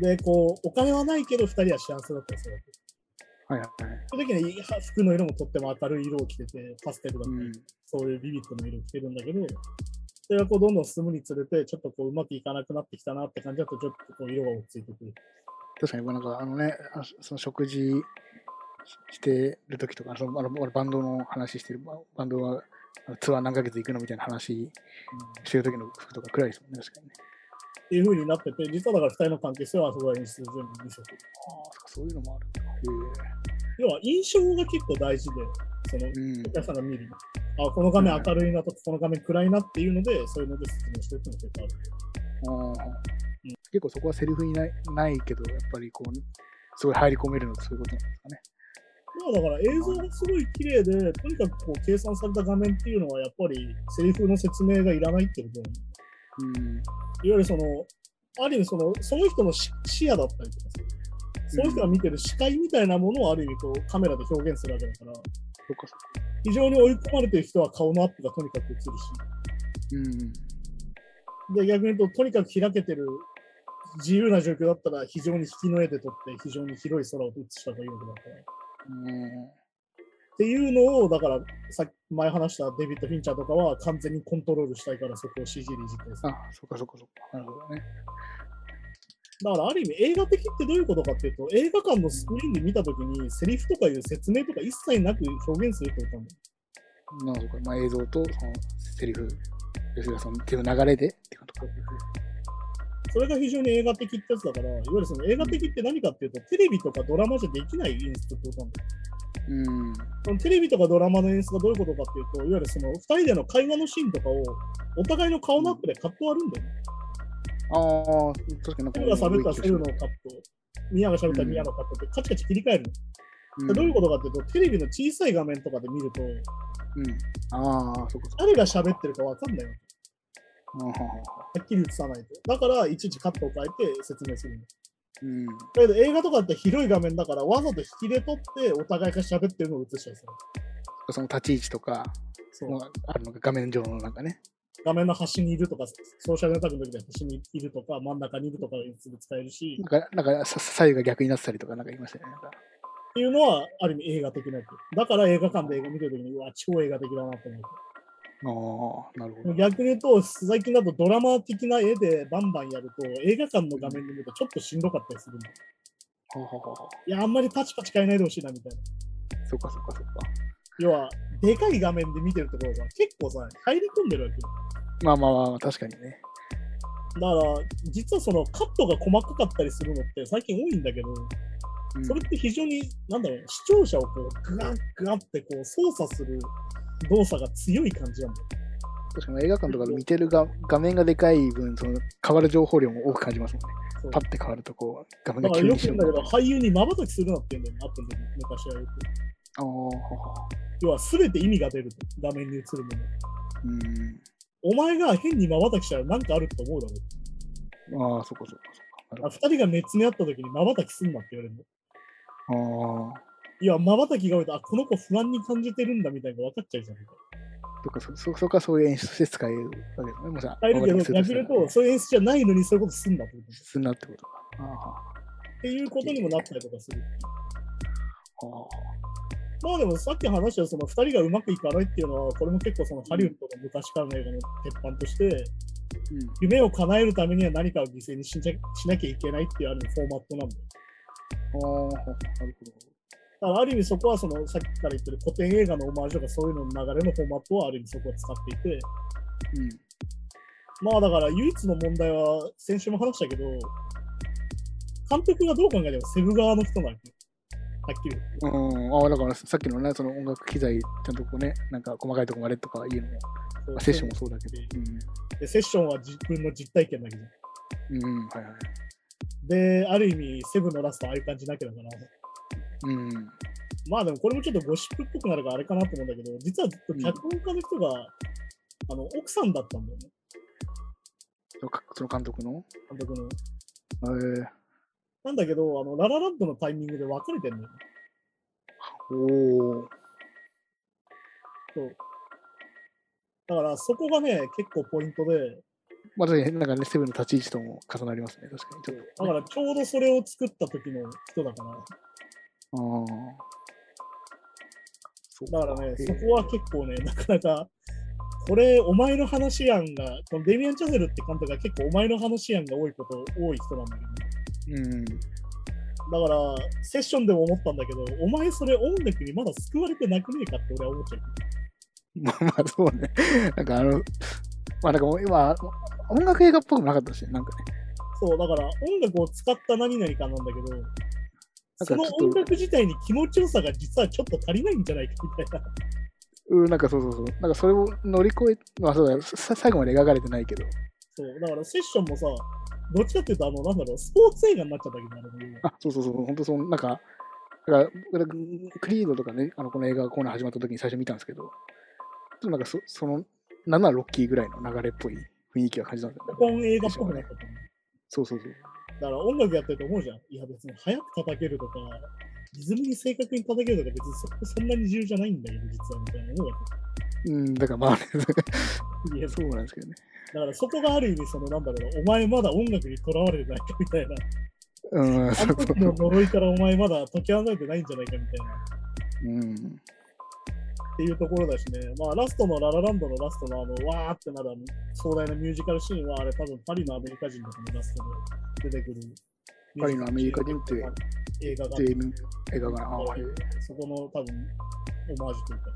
で、こうお金はないけど二人は幸せだったりするわけ。はいはいはい。その時にいや服の色もとっても明るい色を着てて、パステルだったうり、ん。そういうビビットの色を着てるんだけど、それがこうどんどん進むにつれて、ちょっとこううまくいかなくなってきたなって感じだと、ちょっとこう色が落ち着いてくる。確かに、なんか、あのね、あその食事ししてる時とか、そのあの俺バンドの話してる、ババンドはあのツアー何ヶ月行くのみたいな話してる時の服とか暗いですもんね、確かにね。っていう風になってて、実はだから2人の関係性はそこは演出で全部見せてる。ああ、そっかそういうのもあるんだ。要は印象が結構大事で、そのへえ。うんお。客さんが見る。あ、この画面明るいなとか、この画面暗いなっていうので、そういうので説明してるっていうのが結構うん結構そこはセリフにないないけど、やっぱりこう、すごい入り込めるのってそういうことなんですかね。ある。要はだから映像がすごい綺麗で、とにかくこう計算された画面っていうのは、やっぱりセリフの説明がいらないってことにうん。いわゆるその、ある意味その、その人の視視野だったりとかする。その人が見てる視界みたいなものをある意味こうカメラで表現するわけだから、そっかそっか。非常に追い込まれてる人は顔のアップがとにかく映るし、うん。で逆に言うと、とにかく開けてる自由な状況だったら、非常に引きの絵で撮って、非常に広い空を映した方がいいわけだから。うんっていうのを、だから、さっき前話したデビッド・フィンチャーとかは完全にコントロールしたいから、そこを CG でいじったりする。あ、そっかそっかそっか。なるほどね。だからある意味映画的ってどういうことかっていうと映画館のスクリーンで見たときにセリフとかいう説明とか一切なく表現するってことなんだよなるほど。まあ、映像とそのセリフ、吉田さんっていう流れでってことか。それが非常に映画的ってやつだからいわゆるその映画的って何かっていうとテレビとかドラマじゃできない演出ってことなんだようん。そのテレビとかドラマの演出がどういうことかっていうといわゆるその2人での会話のシーンとかをお互いの顔のアップでカットあるんだよね。ああ、確かになんか。彼が喋ったらそれのをカッか。ト、ミヤが喋ったらミヤのカットってカチカチ切り替えるの。うん、でどういうことかっていうとテレビの小さい画面とかで見るとうん。ああ、そっかそっか。誰が喋ってるかわかんないわけあーはーはーははっきり映さないと。だから、いちいちカットを変えて説明するの。ーうん。だけど、映画とかって広い画面だから、わざと引きで撮って、お互いが喋ってるのを映したりする。その立ち位置とか、そうもあるのが画面上のなんかね。画面の端にいるとか、ソーシャルネタの時で端にいるとか、真ん中にいるとかをいつも使えるし、なんか、なんかさ左右が逆になってたりとか、なんか言いましたよね。なんかっていうのは、ある意味映画的なやつだから映画館で映画見てる時に、うわ、超映画的だなと思っああ、なるほど。て。逆に言うと、最近だとドラマ的な絵でバンバンやると、映画館の画面で見るとちょっとしんどかったりするの。いはーはーはーはや、あんまりパチパチ変えないでほしいな、みたいな。ーそっかそっかそっか。要は、でかい画面で見てるところが結構さ、入り込んでるわけよ。まあまあまあまあ、確かにね。だから、実はそのカットが細かかったりするのって最近多いんだけど、うんそれって非常に、なんだろう、視聴者をこう、グワッグワッってこう、操作する動作が強い感じなんだよ。確かに映画館とかで見てるが画面がでかい分、その変わる情報量も多く感じますもんね。そうパッて変わるとこう、画面だがから急よにく白言うんだくなけるど、俳優に瞬きするなって言うんだよね、アップの時昔はよく。ああ。要は全て意味が出ると、画面に映るもの。うん。お前が変に瞬きしたら何かあると思うだろああ、そっかそっかそっか。なある二人が熱にあった時に瞬きすんなって言われるの。ほどああ。いや、瞬きが多いと、あ、この子不安に感じてるんだみたいなのが分かっちゃうじゃん。とか、そそそこはそういう演出として使えるわけですね。もしあ変えるけど、逆に言うと、そういう演出じゃないのにそういうことすんなってこと。っすんなってことか。ああていうことにもなったりとかする。ああ。まあでもさっき話したその2人がうまくいかないっていうのは、これも結構そのハリウッドの昔からの映画の鉄板として、うん。夢を叶えるためには何かを犠牲にしなしなきゃいけないっていうある意味フォーマットなんだよ。ああ、なるほど。だからある意味そこはそのさっきから言ってる古典映画のオマージュとかそういうのの流れのフォーマットはある意味そこを使っていて、うん。まあだから唯一の問題は先週も話したけど、監督がどう考えてもセブ側の人なのよ。はっきり言って。うん、ああだからさっきのね、その音楽機材、ちゃんとこうね、なんか細かいとこまでとかいうのも、そまうあセッションもそうだけど。でセッションは自分の実体験だけじゃん。うん、うん、はいはい。で、ある意味、セブンのラストはああいう感じなきゃだから。うん、まあでもこれもちょっとゴシップっぽくなるからあれかなと思うんだけど、実はずっと脚本家の人が、あの奥さんだったんだよね、そのかその監督の監督の。えー、なんだけど、あのララランドのタイミングで別れてんだよね。おーそうだからそこがね、結構ポイントで、まあ、確かになんかね、セブンの立ち位置とも重なりますね、確かに。ちょだっからちょうどそれを作った時の人だから、と。ああ。そうだからね、へえそこは結構ね、なかなか、これ、お前の話やんが、このデミアン・チャゼルって監督が結構お前の話やんが多いこと、多い人なんだけど、うん。だから、セッションでも思ったんだけど、お前それ音楽にまだ救われてなくねえかって俺は思っちゃう。 まあまあ、そうね。なんかあの、まあなんかもう今、音楽映画っぽくもなかったし、なんかね。そう、だから音楽を使った何々かなんだけど、かちそょっのと音楽自体に気持ちよさが実はちょっと足りないんじゃないかみたいな。 うん、なんかそうそうそう。なんかそれを乗り越え、まあそうだよ。さ最後まで描かれてないけど。そう、だからセッションもさ、どっちかっていうと、あの、なんだろう、スポーツ映画になっちゃったけど、あれもあ、そうそうそう、本当その、なんか、だから、僕らクリードとかね、あのこの映画コーナー始まった時に最初見たんですけど、ちょっとなんかそ、その、7、ロッキーぐらいの流れっぽい雰囲気は感じたんだよ古ね。今映画っぽくなったと思う。そうそうそう。だから音楽やってると思うじゃん。いや、別に早く叩けるとか、リズムに正確に叩けるとか、別にそこそんなに重要じゃないんだけど、実はみたいな思うわうん、だからまあ、ね、け。いや、そうなんですけどね。 だからそこがある意味、そのなんだろうな、お前まだ音楽にとらわれてないかみたいな、うん、 そあうのそう時そのう。呪いからお前まだ解き放れてないんじゃないかみたいなうん。っていうところだしね、まあラストのララランドのラストのあの、わーってなるあの壮大なミュージカルシーンは、あれ多分パリのアメリカ人とかのラストで出てくる。パリのアメリカ人って映画がで、映画が、あ、はいそこの多分オマージュというか、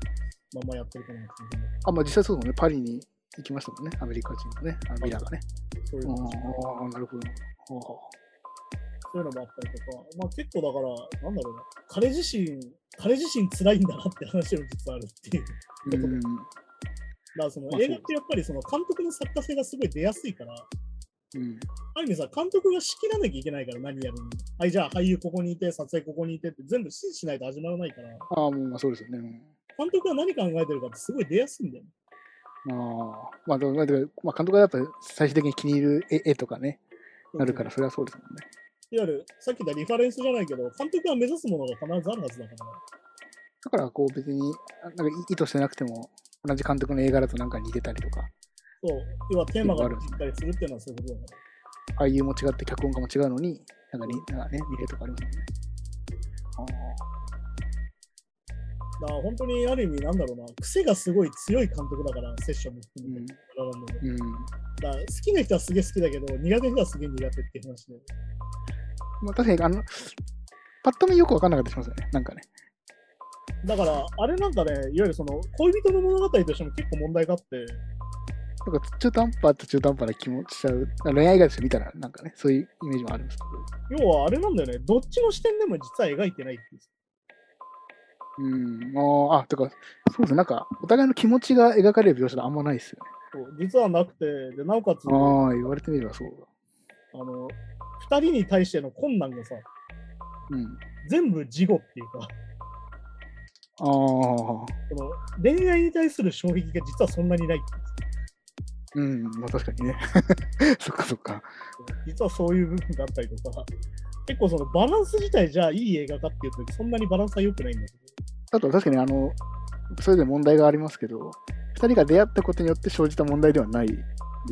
まんまやってるかなっていうのあまあ実際そうだもんね、パリに行きましたもんね、アメリカ人のね、あのミラーがね。もそういううんのもああ、なるほど。そういうのもあったりとか、まあ結構だから、なんだろうな、彼自身、彼自身辛いんだなって話も実はあるっていう。ああうだん。からそのまあそう映画ってやっぱりその監督の作家性がすごい出やすいから、うん。ある意味さ、監督が仕切らなきゃいけないから何やるのはい、じゃあ俳優ここにいて、撮影ここにいてって全部指示しないと始まらないから、ああ、もうまあそうですよね。うん監督が何考えてるかってすごい出やすいんだよね。ああ、まあ、でもまあ、でもまあ、監督がやっぱ最終的に気に入る絵絵とかね、なるから、それはそうですもんね。いわゆる、さっき言ったリファレンスじゃないけど、監督が目指すものが必ずあるはずだから、だから、こう別に、あなんか意図してなくても、同じ監督の映画だとなんか似てたりとか、そう、要はテーマがしっかりするっていうのはそういうことだから。俳優も違って脚本家も違うのに、なんかに、なんかね、似てるとかありますもんね。だから本当にある意味、なんだろうな、癖がすごい強い監督だから、セッションも含めて。あララランドもあ、うん。うん。だから好きな人はすげえ好きだけど、苦手な人はすげえ苦手っていう話で。まあ、確かに、あの、パッと見よくわかんなかったりしますよね、なんかね。だから、あれなんかね、いわゆるその恋人の物語としても結構問題があって、なんか中途半端って中途半端な気持ちしちゃう。恋愛映画として見たら、なんかね、そういうイメージもあるんですけ要はあれなんだよね、どっちの視点でも実は描いてないっていう。ど。うん。ああ、あ、てか、そうですね、なんか、お互いの気持ちが描かれる描写があんまないですよね。そう実はなくて、でなおかつ、あああ、言われてみればそうの、二人に対しての困難がさ、だ。うん。全部事後っていうか、ああ。この恋愛に対する衝撃が実はそんなにないっていうんですようん、まあ確かにね。 そっかそっか。実はそういう部分があったりとか、結構そのバランス自体じゃあいい映画かっていうと、そんなにバランスは良くないんだけあとは確かにあの、それで問題がありますけど、2人が出会ったことによって生じた問題ではないで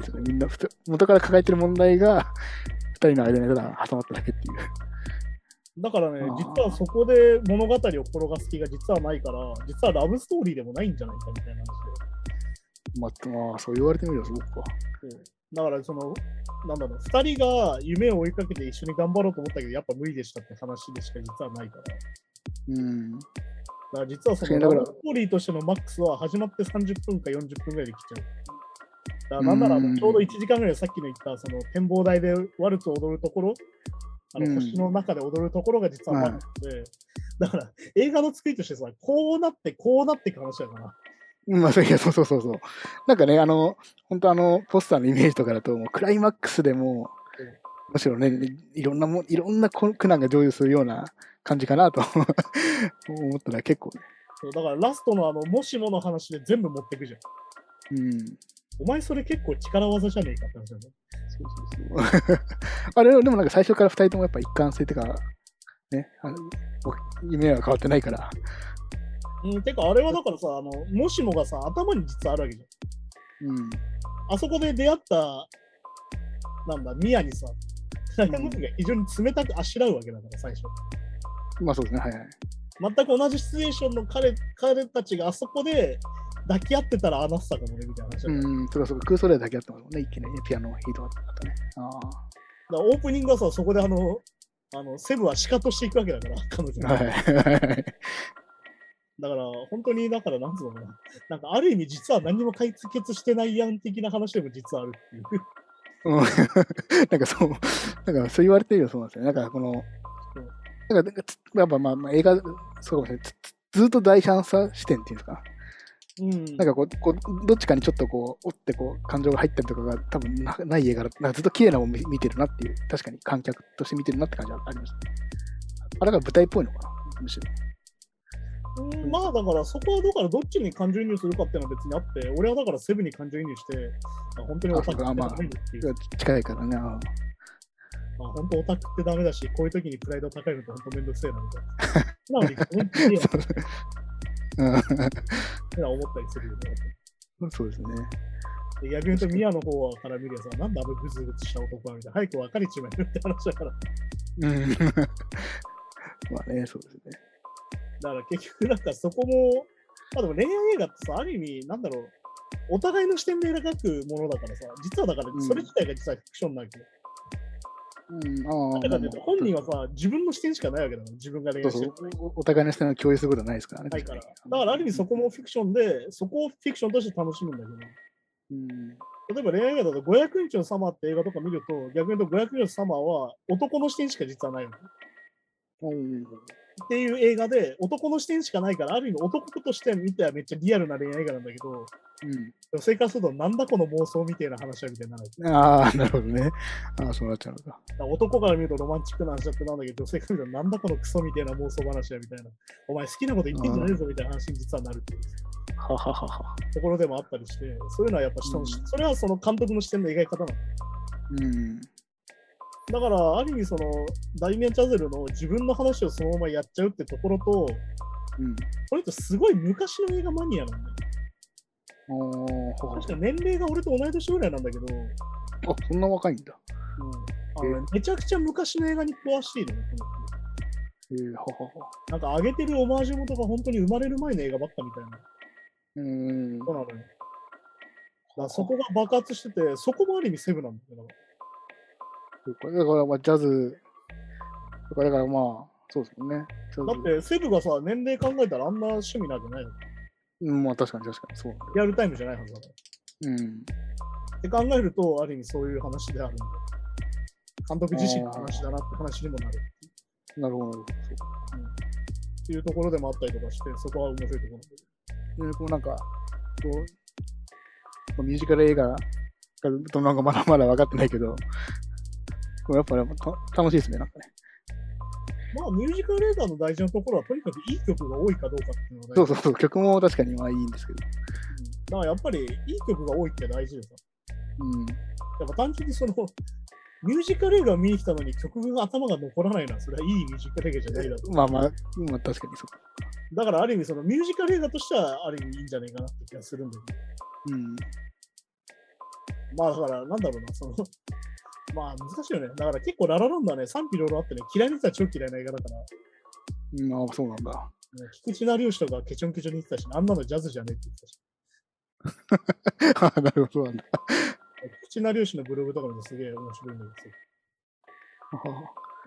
すよね。みんなふた、元から抱えてる問題が、2人の間にただ挟まっただけっていう。ど。だからねあ、ー実はそこで物語を転がす気が実はないから、実はラブストーリーでもないんじゃないかみたいな話で。まあ、まあ、そう言われてみればそうか。だから、その、なんだろう、2人が夢を追いかけて一緒に頑張ろうと思ったけど、やっぱ無理でしたって話でしか実はないから。だうん。から実はそそうの、だラからブストーリーとしてのマックスは始まって30分か40分ぐらいで切っちゃう。だからなんならあうの、んちょうど1時間ぐらいさっきの言った、その展望台でワルツを踊るところ、あうのん星の中で踊るところが実ははいマックスで、だから映画の作りとしてさ、こうなって、こうなっていく話だから。まあ、そういやそうそうそうそう。なんかね、あの、本当あの、ポスターのイメージとかだと、もうクライマックスでもうん、むしろね、いろんなもん、いろんなこ苦難が成就するような感じかなと 思ったら結構ね。そうだからラストのあの、もしもの話で全部持ってくじゃん。うん。お前それ結構力技じゃねえかって話だね。そうそうそう。 あれ、でもなんか最初から2人ともやっぱ一貫性っていうか、ね、あのお夢は変わってないから。うん、てかあれはだからさ、あの、もしもがさ、頭に実はあるわけじうん。ゃん。あそこで出会った、なんだ、ミヤにさ、うラんイアン・ゴスリンが非常に冷たくあしらうわけだから、最初。まあそうですね、はいはい。全く同じシチュエーションの彼彼たちがあそこで抱き合ってたらああなってたかもね、みたいな話だうから,、ん、そうかそうか、空想でだけあったもんね、一気にね、ピアノ弾いてもらったね。あオープニングはさ、そこであの、あのセブはシカとしていくわけだから、 彼女あ。が。はいはいはい。だから、本当に、だから、なんつうのかな。なんか、ある意味、実は何も解決してないやん的な話でも実はあるっていう。うん なんかそう、なんかそう言われてるよ、そうなんですよ。なんかこの、なんかなんかつやっぱまあまあ映画、そうかもしれない。つつずっと第三者視点っていうんですか。うんなんかこう、こうどっちかにちょっとこう、おってこう、感情が入ったりとかが多分なない映画だなんかずっと綺麗なもん見見てるなっていう、確かに観客として見てるなって感じはありました。あれが舞台っぽいのかな、むしろ。うんまあだからそこはだからどっちに感情移入するかっていうのは別にあって、俺はだからセブンに感情移入して、あ本当にオタクってダメだっていう、近いからね。ああ本当オタクってダメだし、こういう時にプライド高いのって本当めんどくせえなみたいな。 なのに、本当にいいやってー思ったりするよね。うん そうですね。で逆に言うと、ミヤの方から見るやつは、なんであのグズグズした男はみたいな、早く別れちまえよって話だから。うん。 まあね、そうですね。だから結局なんかそこも、まあでも恋愛映画ってさ、ある意味、なんだろう、お互いの視点で描くものだからさ、実はだからそれ自体が実はフィクションなわけよ。うん、ああ。だからねまあまあ本人はさ、自分の視点しかないわけだから、自分が恋そう愛しそてうおお互いの視点を共有することはないですからね。ないから。だ確にからある意味そこもフィクションで、そこをフィクションとして楽しむんだけど、うん例えば恋愛映画だと500日のサマーって映画とか見ると、逆に言うと500日のサマーは男の視点しか実はないの。うんっていう映画で、男の視点しかないから、ある意味男として見てはめっちゃリアルな恋愛映画なんだけど、女性からするとなんだこの妄想みたいな話だみたいになる。うん、あ あ、なるほどね。ああ、そうなっちゃうのか。だから男から見るとロマンチックな話だってなんだけど、女性から見るとなんだこのクソみたいな妄想話だみたいな。お前好きなこと言ってんじゃねえぞみたいな話に実はなるっていう。はははは。ところでもあったりして、そういうのはやっぱ下の、うんそれはその監督の視点の描き方なの。うん。だから、ある意味、その、ダイミアン・チャゼルの自分の話をそのままやっちゃうってところと、うん。この人すごい昔の映画マニアなんだよ。おーほうほう確か年齢が俺と同い年ぐらいなんだけど、うあ、そんな若いんだ。んあのねめちゃくちゃ昔の映画に詳しいのね、この人えー、ははは。なんか上げてるオマージュ元が本当に生まれる前の映画ばっかみたいなうん。人なのよ。だからそこが爆発してて、そこもある意味セブなんだけど、そうかだから、まあ、ジャズ、だからだからまあ、そうですもんね。ジャだズってセブがさ、年齢考えたらあんな趣味なわけないの。うん、まあ確かに確かに、そうなんだよ。リアルタイムじゃないはずだから。うん。って考えると、ある意味そういう話であるんで、監督自身の話だなって話にもなるなるほど、なるほど。そうかっていうところでもあったりとかして、そこは面白いところなんでで、こうなんか、こう、ミュージカル映画が、となんかまだまだ分かってないけど、こうやっぱた楽しいですね、なんかね。まあ、ミュージカルレーターの大事なところは、とにかくいい曲が多いかどうかっていうのがそ大う事、そうそう、曲も確かにまあいいんですけど。うんだからやっぱり、いい曲が多いって大事ですよ。うん。やっぱ単純にその、ミュージカル映画を見に来たのに曲が頭が残らないのは、それはいいミュージカル映画じゃないだろう。まあまあ、まあ、確かにそう。だからある意味、そのミュージカル映画としては、ある意味いいんじゃないかなって気がするんだけど。うん。まあだから、なんだろうな、その、 まあ難しいよね。だから結構ララランドはね、賛否両論あってね、嫌いな人は超嫌いな映画だから、ね、まあ、そうなんだ。菊池成吉とかケチョンケチョンに言ってたし、あんなのジャズじゃねえって言ってたし、あなるほど、そうなんだ。菊池成吉のブログとかもすげえ面白いんだけどあそ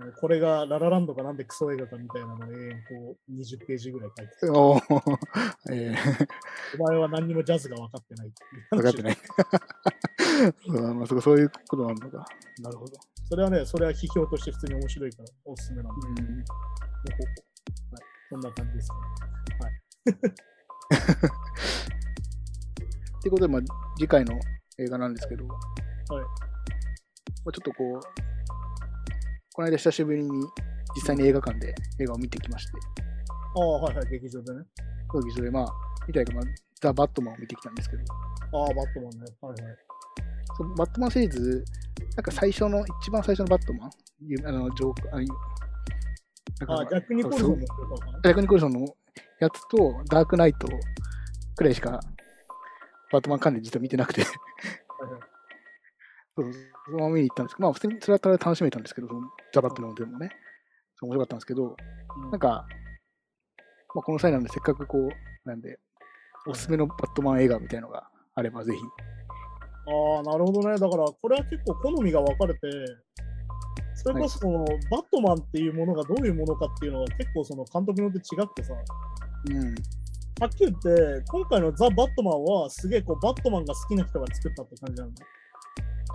う、これがララランドかなんでクソ映画かみたいなのを永遠こう20ページぐらい書いてて、ーおーえお前は何にもジャズが分かってないっていうー、話分かってない。 そうまあ、そうそういうことなんだが。なるほど。それはね、それは批評として普通に面白いから、おすすめなんで、うん。こんな感じですね。ってことで、まあ、次回の映画なんですけど、まはい。あ、ちょっとこう、この間久しぶりに実際に映画館で映画を見てきまして、ああ、はいはい、劇場でね。そういう劇場で、まあ、見たいか、まあ、ザ・バットマンを見てきたんですけど、ああ、バットマンね。はいはい。そのバットマンシリーズ、なんか最初の、一番最初のバットマン、ゆあのジョーカーあの、あなあ、んかジャック・ニコルソンの人とかなジャック・ニコルソンのやつとダークナイトくらいしかバットマン関連実は見てなくてそはいはいうそのまま見に行ったんですけど、まあ普通にそれは楽しめたんですけど、そのザ・バットマンでもね、そう面白かったんですけど、うんなんか、まあ、この際なんでせっかくこう、なんで、おすすめのバットマン映画みたいのがあればぜひ、ああ、なるほどね。だから、これは結構好みが分かれて、それこそその、バットマンっていうものがどういうものかっていうのが結構その監督によって違くてさ、はうん、っきり言って、今回のザ・バットマンはすげえこう、バットマンが好きな人が作ったって感じなんだ。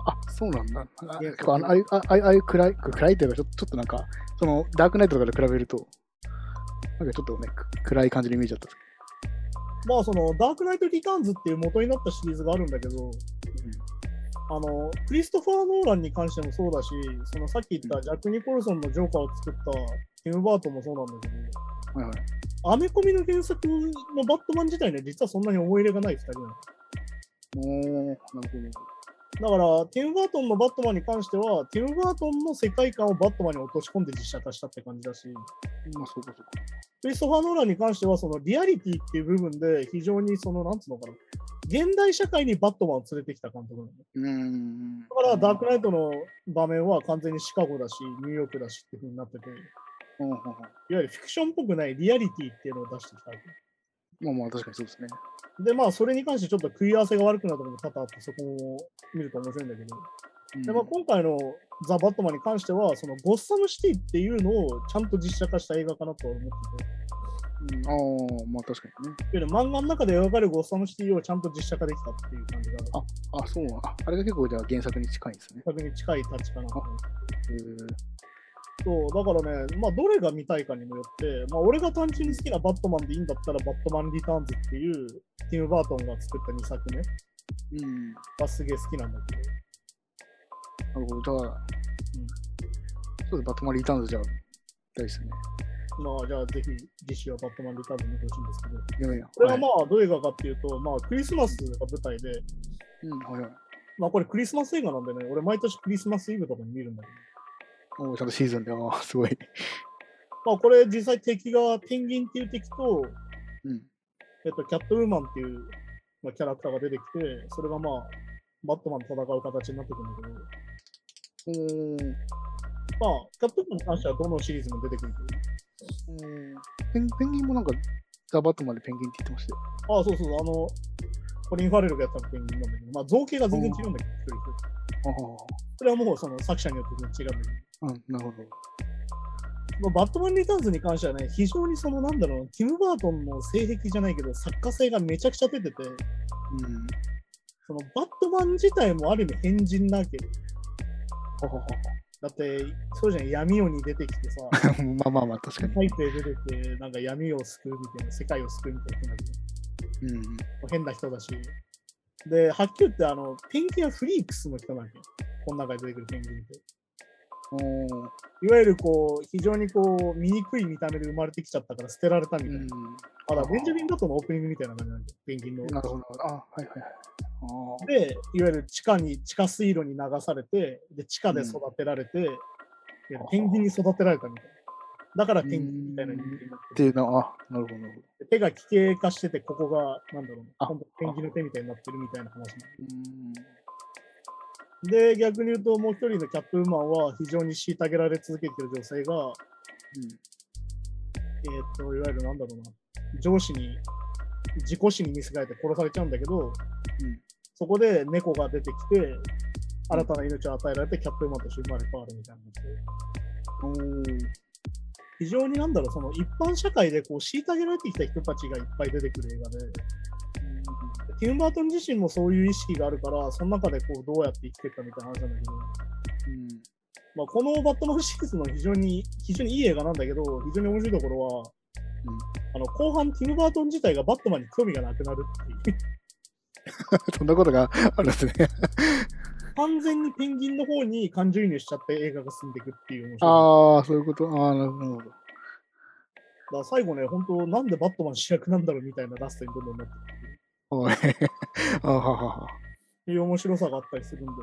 あそうなんだ。あいや結構あのああいうああああいう暗い暗いというかちょ、ちょっとなんか、そのダークナイトとかで比べると、なんかちょっとね、く暗い感じのイメージだったんでまあ、その、ダークナイト・リターンズっていう元になったシリーズがあるんだけど、すけど、あの、クリストファー・ノーランに関してもそうだし、そのさっき言ったジャック・ニコルソンのジョーカーを作ったティム・バートンもそうなんだけど、うんはいはいアメコミの原作のバットマン自体ね、実はそんなに思い入れがない2人なの。おーなるほだど。から、ティム・バートンのバットマンに関しては、ティム・バートンの世界観をバットマンに落とし込んで実写化したって感じだし、まあ、そうかそうか。クリストファー・ノーランに関しては、そのリアリティっていう部分で、非常にその、なんつうのかな、現代社会にバットマンを連れてきた監督なの。うーん。だだから、ダークナイトの場面は完全にシカゴだし、ニューヨークだしっていう風になってて、いうんうんうんわゆるフィクションっぽくないリアリティっていうのを出してきたわけ。まあまあ、確かにそうですね。で、まあ、それに関してちょっと食い合わせが悪くなるところも多々あって、そこも見ると面白いんだけど、うんでまあ、今回のザ・バットマンに関しては、そのゴッサムシティっていうのをちゃんと実写化した映画かなとは思ってて、うんああ、まあ確かにね。いわゆる漫画の中で描かれるゴッサムシティをちゃんと実写化できたっていう感じが、あそうなんああれが結構じゃあ原作に近いんですね。逆に近いタッチかなと思って。へーそう、だからね、まあ、どれが見たいかにもよって、まあ、俺が単純に好きなバットマンでいいんだったら、バットマン・リターンズっていう、ティム・バートンが作った2作目うん。はすげえ好きなんだけど、なるほど。じゃあ、そうです。バットマンリターンズじゃあ、大事ですね。まあ、じゃあぜひ、次週はバットマン・リターンズ見てほしいんですけど、いやいや。これははいまあ、どういう映画かっていうと、まあ、クリスマスが舞台で、うん、はいはい。まあこれクリスマス映画なんでね、俺毎年クリスマスイブとかに見るんだけど、おーちゃんとシーズンで、ああ、すごい。まあこれ実際敵がペンギンっていう敵と、うん。えっと、キャットウーマンっていう、まあ、キャラクターが出てきて、それがまあ、バットマンと戦う形になってくるんだけど、まおーあ、キャットウーマンに関してはどのシリーズも出てくるけおーペンペンギンもなんか、ザ・バットマンでペンギンって言ってましたよ。ど、ああ、そうそう、あの、コリン・ファレルがやったペンギンなんだけど、まあ造形が全然違うんだけど、一人一人それはもうその作者によって全然違うんだけど、ああ、うん、なるほど。まあ、バットマン・リターンズに関してはね、非常にそのなんだろう、ティム・バートンの性癖じゃないけど、作家性がめちゃくちゃ出てて、うん。そのバットマン自体もある意味変人なわけよほほほだって、そうじゃん、闇夜に出てきてさ、 ほまあまあまあ、確かに。背景出てきて、なんか闇を救うみたいな、世界を救うみたいな人なんだけうん。ど、変な人だし。で、はっきり言って、あの、ペンギンはフリークスの人なんだよ。この中に出てくるペンギンって。うんいわゆるこう、非常にこう、醜い見た目で生まれてきちゃったから捨てられたみたいな。あだからベンジャミン・バトンのオープニングみたいな感じなんで、ペンギンの。なるほど。あ、はいはいはい。で、いわゆる地下に、地下水路に流されて、で地下で育てられて、でペンギンに育てられたみたいな。だからペンギンみたいな人間になっっててるいうのは、あなるほどなるほど。で手が奇形化してて、ここが、なんだろうあな、ほんとペンギンの手みたいになってるみたいな話なんでうんで、逆に言うと、もう一人のキャップウーマンは非常に虐げられ続けてる女性が、えーっと、いわゆるなんだろうな、上司に、自己死に見せられて殺されちゃうんだけど、うんそこで猫が出てきて、新たな命を与えられてキャップウーマンとして生まれ変わるみたいな感じで。非常になんだろう、その一般社会でこう虐げられてきた人たちがいっぱい出てくる映画で、ティム・バートン自身もそういう意識があるから、その中でこうどうやって生きていくかみたいな話なんだけど、まあ、このバットマンシリーズの非常に、非常にいい映画なんだけど、非常に面白いところは、うんあの後半、ティム・バートン自体がバットマンに興味がなくなるっていう、そんなことがあるんですね。完全にペンギンの方に感情移入しちゃって映画が進んでいくっていう面白い。 ああ、そういうこと。ああ、なるほど。だから最後ね、本当、なんでバットマン主役なんだろうみたいなラストにどんどんなっていくっていうはいあははは。いう面白さがあったりするんでね。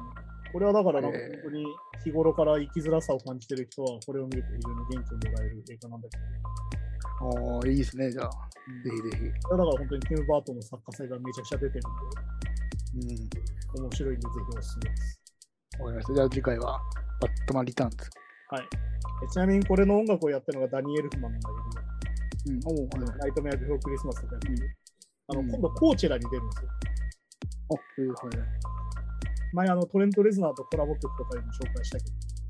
これはだからなんかえ本ー当に日頃から生きづらさを感じてる人は、これを見ると非常に元気をもらえる映画なんだけど、ああ、いいですね、じゃあ。ぜひぜだから本当にティム・バートンの作家性がめちゃくちゃ出てるんひ。うん。で、面白いんでぜひおすすめです。わかりました。じゃあ次回は、バットマンリターンズ。えちなみにこれの音楽をやってるのがダニエルフマンなんだけうん。おお、ど、ナイトメアビフォークリスマスとかやってる。あの、うん今度コーチェラに出るんですよ。おえーはいはい。前あのトレント・レズナーとコラボ曲とかでも紹介したけ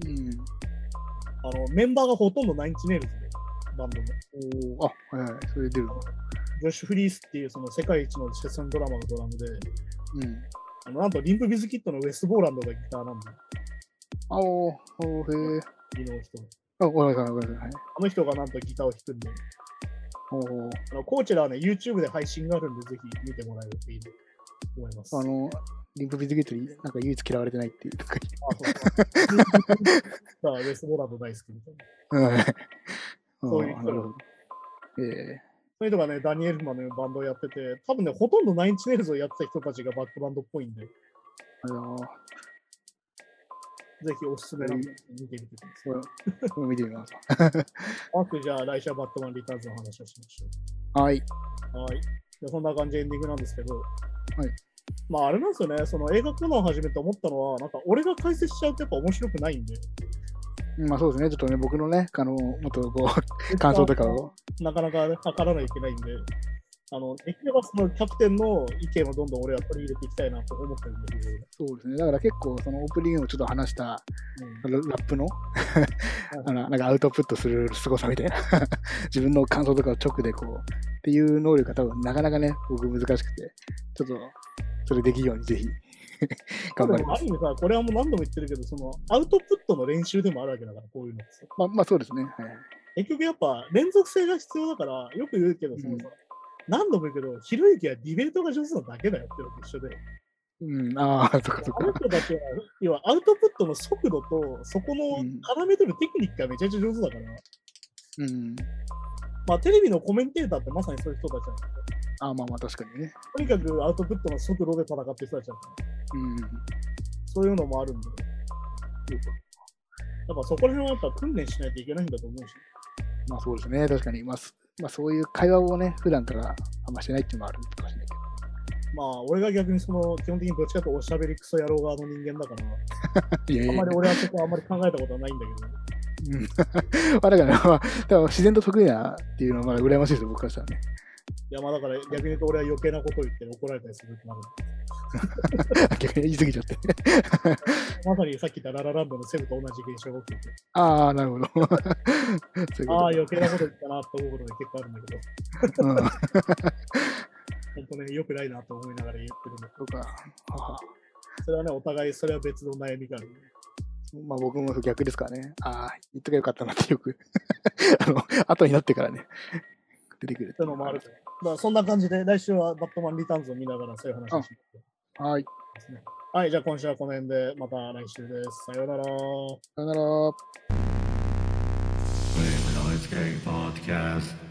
ど、うん。あのメンバーがほとんどナインチネイルズで、バンドの。おお、あはいはい。それ出るの。ジョシュ・フリースっていうその世界一のセスンドラマのドラムで、うん。あのなんとリンプ・ビズキットのウェス・ボーランドがギターなんだよ、あおお、へえ。ギの人。あ、わかりました、わかりました。はい。あの人がなんとギターを弾くんで、おお。あのコーチェラはね、YouTube で配信があるんで、ぜひ見てもらえるといいと思います。あの、リンプビズゲートになんか唯一嫌われてないっていうか。あそうかウェス・ボーランド大好きみたいな。うん。 そういう人あーなるほど。えそういう人がね、ダニエルフマンのバンドをやってて、多分ね、ほとんどナインチネイルズをやってた人たちがバックバンドっぽいんで、ぜー、あのー、ひおすすめなんで見てみてください。これ見てみます。 あとじゃあ来週はバットマンリターンズの話をしましょはい。う。はい。じゃあそんな感じでエンディングなんですけど、はい。まああれなんですよね、その映画コーナーを始めて思ったのは、なんか俺が解説しちゃうとやっぱ面白くないんで、まあそうですね、ちょっとね、僕のね、あの、もっとこう、感想とかを。なかなか測らないといけないんで、あの、できればそのキャプテンの意見をどんどん俺は取り入れていきたいなと思ってるんで、いろいろ そうですね、だから結構、そのオープニングをちょっと話したうんララップの あの、なんかアウトプットする凄さみたいな、 自分の感想とかを直でこう、っていう能力が多分なかなかね、僕難しくて、ちょっと、それできるようにぜひ、 頑張ります。でもある意味さ、これはもう何度も言ってるけど、そのアウトプットの練習でもあるわけだから、こういうのってさまあ、まあそうですね、はい。結局やっぱ連続性が必要だから、よく言うけど、そのさ、う何度も言うけど、ひろゆきはディベートが上手なだけだよってのと一緒で、うん、あ あ、そっかそっあのか。人だけは、要はアウトプットの速度と、そこのうん絡めとるテクニックがめちゃくちゃ上手だから、うん。まあテレビのコメンテーターってまさにそういう人たちなんだよああ、まあまあ確かにね。とにかくアウトプットの速度で戦ってる人たちだから、うん。そういうのもあるんで、やっぱそこら辺はやっぱ訓練しないといけないんだと思うし、まあそうですね、確かに。まあ、すまあ、そういう会話をね、普段からあんましてないっていうのもあるかもしれないけど。まあ、俺が逆にその、基本的にどっちかというとおしゃべりクソ野郎側の人間だから、いやいあやんいやまり俺はそこはあんまり考えたことはないんだけど、うん まあだから、まあ、だから自然と得意なっていうのはまだ羨ましいですよ、僕からしたらね。 いや、まあだから逆に言うと俺は余計なことを言って怒られたりするってなる。逆に言い過ぎちゃって。まさにさっき言ったララランドのセブと同じ現象が起 きてて、ああ、なるほど。 そういうことああ、余計なこと言ったなと思うことが結構あるんだけど、うん、そ本当ね、良くないなと思いながら言ってるんだけうか。ははど、それはね、お互いそれは別の悩みがある。まあ僕も逆ですからね。ああ、言っとけばよかったなってよく。 あの、後になってからね、出てくるそういうのもあるから。まあそんな感じで、来週はバットマンリターンズを見ながらそういう話をしはい。ますね。はい、じゃあ今週はこの辺で、また来週です。さようなら。さよなら。 Podcast.